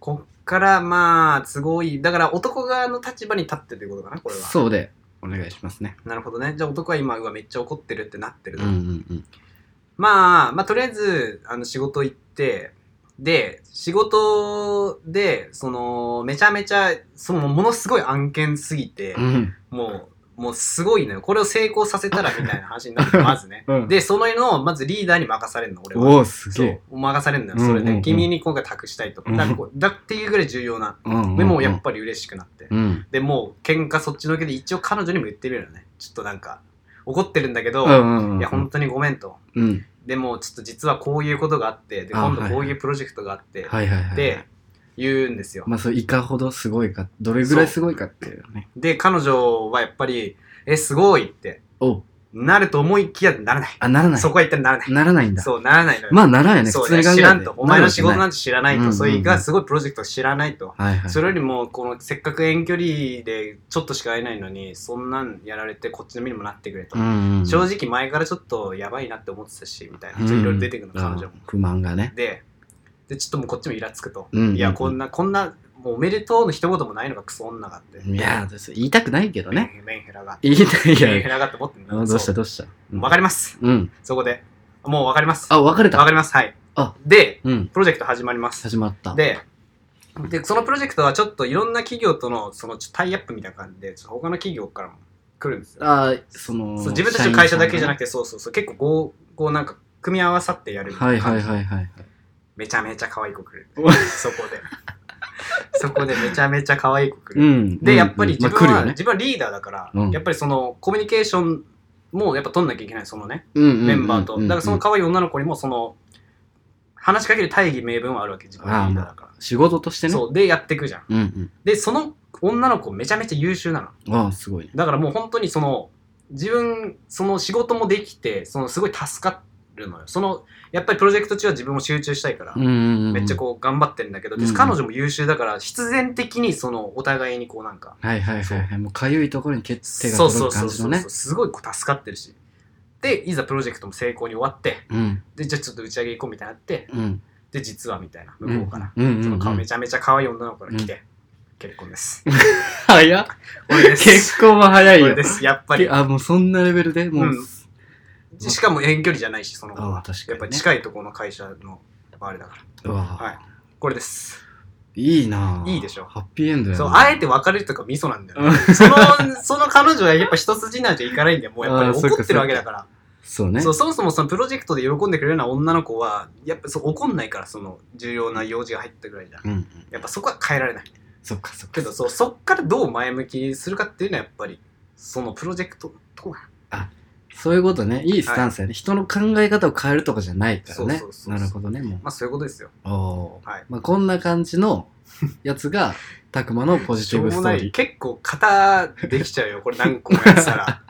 Speaker 2: こっから、まあ、都合いい。だから、男側の立場に立ってということかな、これは。
Speaker 1: そうでお願いしますね
Speaker 2: なるほどね。じゃあ、男は今、うわ、めっちゃ怒ってるってなってる
Speaker 1: うん
Speaker 2: と。
Speaker 1: うんうん
Speaker 2: まあ、まあ、とりあえず、あの、仕事行って、で、仕事で、その、めちゃめちゃ、その、ものすごい案件すぎて、
Speaker 1: うん
Speaker 2: もう、もうすごいのよ。これを成功させたらみたいな話になって、まずね。
Speaker 1: うん
Speaker 2: で、そののを、まずリーダーに任されるの、俺は。
Speaker 1: おおすげ
Speaker 2: そ
Speaker 1: え
Speaker 2: う、任されるんだよ。
Speaker 1: うん
Speaker 2: それで、
Speaker 1: うんうん
Speaker 2: 君に今回託したいと。だからこうだっていうぐらい重要な。で
Speaker 1: で
Speaker 2: も、やっぱり嬉しくなって。
Speaker 1: うん
Speaker 2: で、もう、喧嘩そっちのけで、一応彼女にも言ってみるよね。ちょっとなんか、怒ってるんだけど、
Speaker 1: うんうんうん
Speaker 2: いや、本当にごめんと。
Speaker 1: うん
Speaker 2: でも、ちょっと実はこういうことがあって、で、
Speaker 1: あ
Speaker 2: 今度
Speaker 1: はい
Speaker 2: こういうプロジェクトがあって、
Speaker 1: はいはいはい
Speaker 2: で、言うんですよ。
Speaker 1: まあそういかほどすごいかどれぐらいすごいかっていうね
Speaker 2: で、彼女はやっぱり、え、すごいって、
Speaker 1: お
Speaker 2: なると思いきやならない。
Speaker 1: あならない
Speaker 2: そこは一旦ならない。
Speaker 1: ならないんだ
Speaker 2: そう、ならないのよ。
Speaker 1: まあならんよね
Speaker 2: そ
Speaker 1: 普通
Speaker 2: う
Speaker 1: に考え
Speaker 2: 知
Speaker 1: て
Speaker 2: らんと。お前の仕事なんんて知らない
Speaker 1: うんうんう
Speaker 2: と。
Speaker 1: ん
Speaker 2: それがすごいプロジェクトを知らないと。
Speaker 1: はいはい
Speaker 2: それよりも、このせっかく遠距離でちょっとしか会えないのに、そんなんやられてこっちの身にもなってくれと
Speaker 1: う。んうん
Speaker 2: 正直前からちょっとやばいなって思ってたし、みたいな。
Speaker 1: うん
Speaker 2: ちょっといろいろ出てくるの、彼女も
Speaker 1: あ。不満がね
Speaker 2: で、で、ちょっともうこっちもイラつくと。
Speaker 1: うん
Speaker 2: いや、こんな、こんな、もうおめでとうの一言もないのがクソ女があって。
Speaker 1: いやー言いたくないけど
Speaker 2: *laughs*
Speaker 1: ね
Speaker 2: メンメンヘラが。
Speaker 1: 言いたい
Speaker 2: メンヘ
Speaker 1: や
Speaker 2: ラがって思ってん
Speaker 1: ど
Speaker 2: の
Speaker 1: うした
Speaker 2: そ
Speaker 1: どうした
Speaker 2: うわかります。
Speaker 1: うん
Speaker 2: そこで。もうわかります。
Speaker 1: あ別れ
Speaker 2: わ
Speaker 1: た
Speaker 2: かります。はい
Speaker 1: あ。
Speaker 2: で、
Speaker 1: うん
Speaker 2: プロジェクト始まります。
Speaker 1: 始まった
Speaker 2: で、で、そのプロジェクトはちょっといろんな企業とのそのちょタイアップみたいな感じで、ちょっと他の企業からも来るんですよ。
Speaker 1: あーその
Speaker 2: そう自分たちの会社だけじゃな
Speaker 1: く
Speaker 2: くて、そうそうそう、結構こう、こうなんか組み合わさってやるみた
Speaker 1: はいい
Speaker 2: な
Speaker 1: は
Speaker 2: 感
Speaker 1: い
Speaker 2: じ。
Speaker 1: はいはい
Speaker 2: めちゃめちゃ可愛い子来る
Speaker 1: うわ。
Speaker 2: そこ
Speaker 1: *laughs*
Speaker 2: で。そこでめちゃめちゃ可愛い子来
Speaker 1: う
Speaker 2: る。
Speaker 1: ん
Speaker 2: で、やっぱり自分
Speaker 1: まあ来る
Speaker 2: は、
Speaker 1: よね
Speaker 2: 自分はリーダーだから、
Speaker 1: うん
Speaker 2: やっぱりそのコミュニケーションもやっぱ取んなきゃいけない、そのね、
Speaker 1: うんうんうんうん
Speaker 2: メンバーと。だからその可愛い女の子にもその、話しかける大義名分はあるわけ、自分はリーダーだから。
Speaker 1: 仕事としてね
Speaker 2: そう。で、やっていくじゃん。
Speaker 1: うん
Speaker 2: で、その女の子めちゃめちゃ優秀なの。
Speaker 1: うんああすごいね
Speaker 2: だからもう本当にその、自分、その仕事もできて、そのすごい助かるのよ。その、やっぱりプロジェクト中は自分も集中したいから、
Speaker 1: うんうんうん
Speaker 2: めっちゃこう頑張ってるんだけど、で
Speaker 1: うん
Speaker 2: 彼女も優秀だから、必然的にその、お互いにこうなんか、
Speaker 1: はいはいはいはいもうかゆいところに手手が
Speaker 2: そう
Speaker 1: 届
Speaker 2: そ
Speaker 1: く
Speaker 2: うそ
Speaker 1: 感
Speaker 2: う
Speaker 1: じ
Speaker 2: そ
Speaker 1: の
Speaker 2: う
Speaker 1: ね
Speaker 2: そう、すごいこう助かってるし。で、いざプロジェクトも成功に終わって、
Speaker 1: うん
Speaker 2: で、じゃあちょっと打ち上げ行こうみたいになって、
Speaker 1: うん
Speaker 2: で、実はみたいな、向こうから。
Speaker 1: うんうんうん
Speaker 2: その顔めちゃめちゃ可愛い女の子が来て、結婚です。
Speaker 1: 早
Speaker 2: *laughs*
Speaker 1: っ
Speaker 2: これです。
Speaker 1: 結婚は早い
Speaker 2: こ
Speaker 1: よ
Speaker 2: れです。やっぱり
Speaker 1: け。あもうそんなレベルでもう
Speaker 2: うんしかも遠距離じゃないし、その子
Speaker 1: あ
Speaker 2: は。
Speaker 1: 確かにね
Speaker 2: やっぱ近いところの会社のあれだか
Speaker 1: うわ
Speaker 2: ら。はい。これです。
Speaker 1: いいなぁ
Speaker 2: いいでしょ
Speaker 1: ハッピーエンドやな
Speaker 2: そう、あえて別れるとかミソなんだよ、ね。その、 *laughs* その彼女はやっぱ一筋縄じゃいかないんだよ。もうやっぱ
Speaker 1: あ
Speaker 2: り
Speaker 1: ーそっか
Speaker 2: 怒ってるわけだから。
Speaker 1: そうね
Speaker 2: そう、そもそもそのプロジェクトで喜んでくれるような女の子は、やっぱそう怒んないから、その重要な用事が入ったぐらいじゃん。
Speaker 1: うんうん
Speaker 2: やっぱそこは変えられない。
Speaker 1: そっかそっか
Speaker 2: けど、そう、そっからどう前向きにするかっていうのはやっぱり、そのプロジェクトとは。
Speaker 1: そういうことねいいスタンスやね、人の考え方を変えるとかじゃないからね
Speaker 2: そうそうそうそう
Speaker 1: なるほどねも
Speaker 2: まあそういうことですよ。
Speaker 1: うおー
Speaker 2: はい
Speaker 1: まあ、こんな感じのやつがたくまのポジ
Speaker 2: し
Speaker 1: ティ
Speaker 2: ょう
Speaker 1: ブ
Speaker 2: も
Speaker 1: スト
Speaker 2: な
Speaker 1: ー
Speaker 2: い。
Speaker 1: リー
Speaker 2: 結構型できちゃうよ。これ何個もやってたら。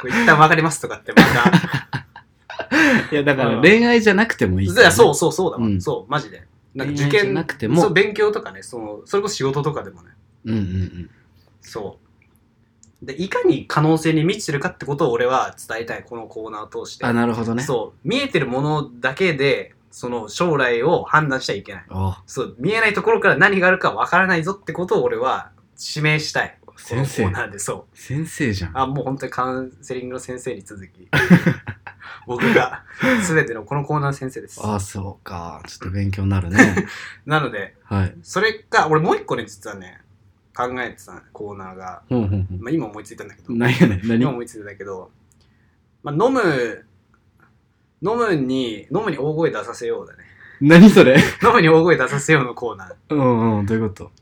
Speaker 2: これ一旦分かりますとかってまた。
Speaker 1: *laughs* いや、だか
Speaker 2: う
Speaker 1: ら
Speaker 2: ん
Speaker 1: 恋愛じゃなくてもいいからね、
Speaker 2: そうそうそうだわ、
Speaker 1: うん
Speaker 2: そうマジでなんか
Speaker 1: 恋
Speaker 2: 受
Speaker 1: 愛じゃ
Speaker 2: 験
Speaker 1: なくても
Speaker 2: そう勉強とかねそのそれこそ仕事とかでもね
Speaker 1: うんうんうん。
Speaker 2: そうでいかに可能性に満ちてるかってことを俺は伝えたいこのコーナーを通して
Speaker 4: あ、なるほどね。
Speaker 2: そう見えてるものだけでその将来を判断しちゃいけない
Speaker 4: ああ
Speaker 2: そう見えないところから何があるかわからないぞってことを俺は指名したい
Speaker 1: 先生
Speaker 2: このコーナーでそう
Speaker 1: 先生じゃん。
Speaker 2: あもう本当にカウンセリングの先生に続
Speaker 1: *laughs*
Speaker 2: き僕が全てのこのコーナーの先生です
Speaker 1: あ、そうか。ちょっと勉強になる
Speaker 2: *laughs*
Speaker 1: ね。
Speaker 2: なので
Speaker 1: はい。
Speaker 2: それか俺もう一個ね実はね考えてたコーナーが、
Speaker 1: ほうほうほ
Speaker 2: まあ、今思いついたんだけど
Speaker 1: う。何やねん。
Speaker 2: 今
Speaker 1: 何
Speaker 2: 思いついたんだけど、まあ、飲む飲むに飲むに大声出させようだね
Speaker 1: 何それ
Speaker 2: *laughs* 飲むに大声出させようのコーナーい
Speaker 1: うんうん。どういうこと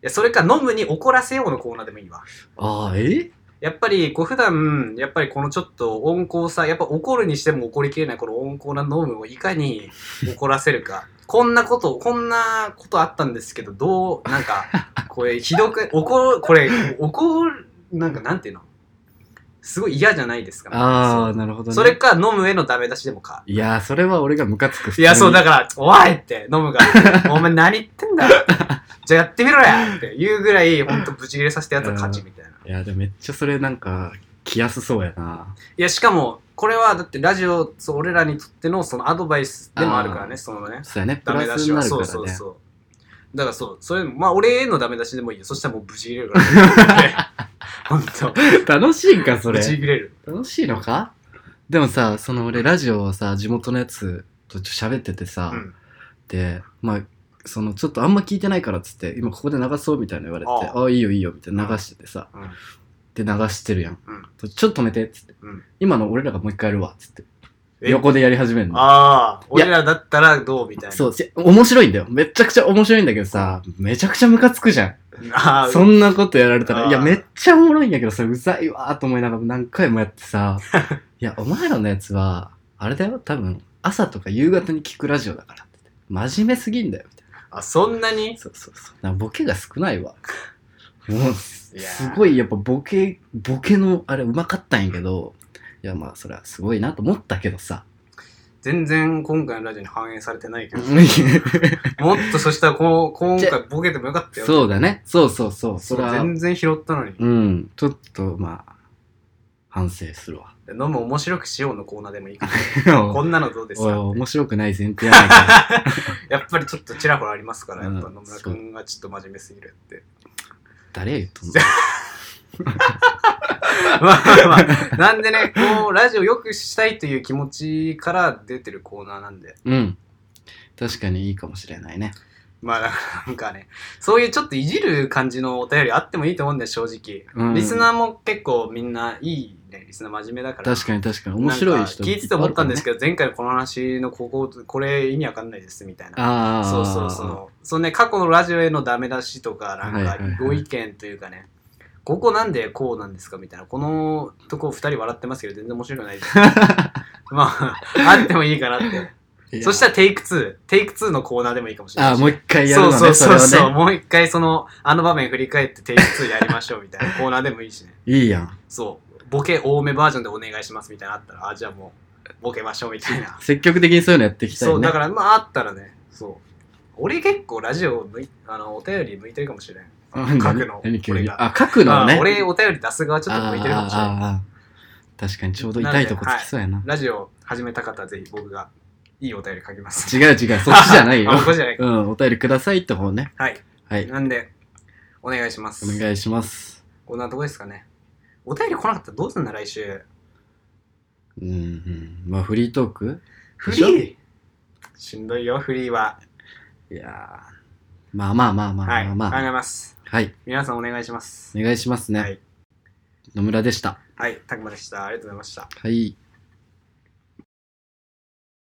Speaker 2: やそれか飲むに怒らせようのコーナーでもいいわ
Speaker 1: ああ、え
Speaker 2: やっぱりこう普段やっぱりこのちょっと温厚さやっぱ怒るにしても怒りきれないこの温厚なノームをいかに怒らせるか *laughs* こんなことこんなことあったんですけどどうな
Speaker 1: *laughs*
Speaker 2: んかこれひどく怒るこれ怒るなんかなんていうのすごい嫌じゃないですか
Speaker 1: ああ、なるほど
Speaker 2: そ
Speaker 1: ね。
Speaker 2: うそれか飲むへのダメ出しでもか
Speaker 1: いやー、それは俺がムカつく。
Speaker 2: いやそうだ
Speaker 1: か
Speaker 2: から「おい!」って飲むが
Speaker 1: *laughs*
Speaker 2: 「お前何言ってんだよ」じゃあやってみろやって言うぐらいほんとブチギレさせたやつは勝ちみたいな。
Speaker 1: ら。いや、でもめっちゃそれなんか、来やすそうやな。
Speaker 2: いやしかもこれはだってラジオそう俺らにとってのそのアドバイスでもあるから
Speaker 1: あ
Speaker 2: ね
Speaker 1: ー
Speaker 2: そのね
Speaker 1: そうやね。プ
Speaker 2: ダメ
Speaker 1: ラ
Speaker 2: 出
Speaker 1: ス
Speaker 2: し
Speaker 1: に
Speaker 2: は、
Speaker 1: なるか
Speaker 2: そ
Speaker 1: ら
Speaker 2: う
Speaker 1: ね。
Speaker 2: そうそうだからそうそれまあ俺へのダメ出しでもいいよそしたらもうブチ切れるから *laughs* 本当
Speaker 1: 楽しいんか、そ
Speaker 2: ブ
Speaker 1: れ。
Speaker 2: チ切れる
Speaker 1: 楽しいのかでもさ、その俺ラジオをさ、地元のやつとちょっと喋っててさ、
Speaker 2: うん
Speaker 1: で、まあ、そのちょっとあんま聞いてないからっつって、今ここで流そうみたいな言われて、
Speaker 2: あ
Speaker 1: ああ、いいよいいよみたいな流しててさ、
Speaker 2: うん
Speaker 1: で流してるやん。ちょっと止めてっつって、
Speaker 2: うん
Speaker 1: 今の俺らがもう一回やるわっつって、
Speaker 2: え
Speaker 1: 横でやり始めるの。
Speaker 2: ああ
Speaker 1: いや
Speaker 2: 俺らだったらどうみたいな
Speaker 1: そう、せ面白いんだよ。めちゃくちゃ面白いんだけどさ、めちゃくちゃムカつくじゃん。
Speaker 2: ああ
Speaker 1: そんなことやられた
Speaker 2: あ
Speaker 1: ら、
Speaker 2: ー
Speaker 1: いや、めっちゃおもろいんやけどさ、うざいわーと思いながら何回もやって
Speaker 2: *laughs*
Speaker 1: さ、いや、お前らのやつは、あれだよ、多分、朝とか夕方に聞くラジオだからって。真面目すぎんだよ、みたい
Speaker 2: あそんなに
Speaker 1: な。そうそうそう。なんかボケが少ないわ。もう、す
Speaker 2: いやー
Speaker 1: ごい、やっぱボケ、ボケの、あれ、うまかったんやけど、いや、まあ、それはすごいなと思ったけどさ。
Speaker 2: 全然今回のラジオに反映されて *laughs* ないけど
Speaker 1: そ
Speaker 2: もっとそしたらこう今回ボケてもよかったよ
Speaker 1: うだね。そうそうそう。それは、
Speaker 2: 全然拾ったのに
Speaker 1: うん、ちょっと、まあ、反省するわ。
Speaker 2: 飲む面白くしようのコーナーでもいいからこんなのどうで
Speaker 1: *laughs*
Speaker 2: す
Speaker 1: おい
Speaker 2: か
Speaker 1: 面白くない前提やないか
Speaker 2: やっぱりちょっとちらほらありますから、やっぱ
Speaker 1: うん
Speaker 2: 野村君がちょっと真面目すぎるって。
Speaker 1: 誰や言っとんの
Speaker 2: *laughs* まあまあまあ、なんでね、こう、ラジオよくしたいという気持ちから出てるコーナーなんで、
Speaker 1: うん確かにいいかもしれないね
Speaker 2: まあなんかね、そういうちょっといじる感じのお便りあってもいいと思うんだよ、正直。
Speaker 1: うん
Speaker 2: リスナーも結構みんないいね、リスナー真面目だから。
Speaker 1: 確かに確かに面白い人
Speaker 2: なんか聞いてて思ったんです
Speaker 1: け
Speaker 2: けど、前回のこの話のここ、これ意味わかんないですみたいな。
Speaker 1: ああ
Speaker 2: そうそうそう。そのね、過去のラジオへのダメ出しとか、なん
Speaker 1: はいはいはい
Speaker 2: かご意見というかね、ここなんでこうなんですかみたいな、このとこ2人笑ってますけど、全然面白くない
Speaker 1: *laughs*
Speaker 2: です。まあ、あってもいいかなって。そした
Speaker 1: ら
Speaker 2: らテイク2、テイク2のコーナーでもいいかもしれない
Speaker 1: あ
Speaker 2: し。
Speaker 1: あもう一回やるの
Speaker 2: そう
Speaker 1: ね
Speaker 2: そうそう
Speaker 1: れ
Speaker 2: そ
Speaker 1: を
Speaker 2: う、
Speaker 1: ね
Speaker 2: もう一回その、あの場面振り返ってテイク2やりましょうみたいなコーナーでもいいしね。
Speaker 1: いいやん
Speaker 2: そう、ボケ多めバージョンでお願いしますみたいなのあったら、あ、じゃあもう、ボケましょうみたいな。
Speaker 1: 積極的に *laughs* そういうのやっていきたいね
Speaker 2: そう、だから、まあ、あったらね、そう。俺結構ラジオ向い、あの、お便り向いてるかもしれん。
Speaker 1: うん
Speaker 2: 書
Speaker 1: 何
Speaker 2: くの
Speaker 1: 何急に
Speaker 2: 俺が
Speaker 1: あ書くのね
Speaker 2: あ俺、お便り出す側ちょっと向いてるかもしれん。
Speaker 1: あーあーあー確かにちょうど痛いとこつきそうやな
Speaker 2: ラジオ始めた方はぜひ僕がいいお便り書きます。
Speaker 1: 違う違うそっちじゃないよ
Speaker 2: あ、ここじ
Speaker 1: *laughs*
Speaker 2: ゃないか。
Speaker 1: うんお便りくださいって方ね
Speaker 2: はい。
Speaker 1: はい
Speaker 2: なんで、お願いします。
Speaker 1: お願いします
Speaker 2: こんなとこですかね。お便り来なかったらどうすんだ、来週。
Speaker 1: うんうんまあフリートーク
Speaker 2: フ
Speaker 1: でしょ
Speaker 2: リーしんどいよ、フリーは。
Speaker 1: いやーまあまあまあまあ
Speaker 2: はい。
Speaker 1: ま
Speaker 2: 考
Speaker 1: あ
Speaker 2: え
Speaker 1: まあ、
Speaker 2: ます。
Speaker 1: はい。
Speaker 2: 皆さんお願いします。
Speaker 1: お願いしますね。
Speaker 2: はい
Speaker 1: 野村でした。
Speaker 2: はい。たくまでした。ありがとうございました。
Speaker 1: はい。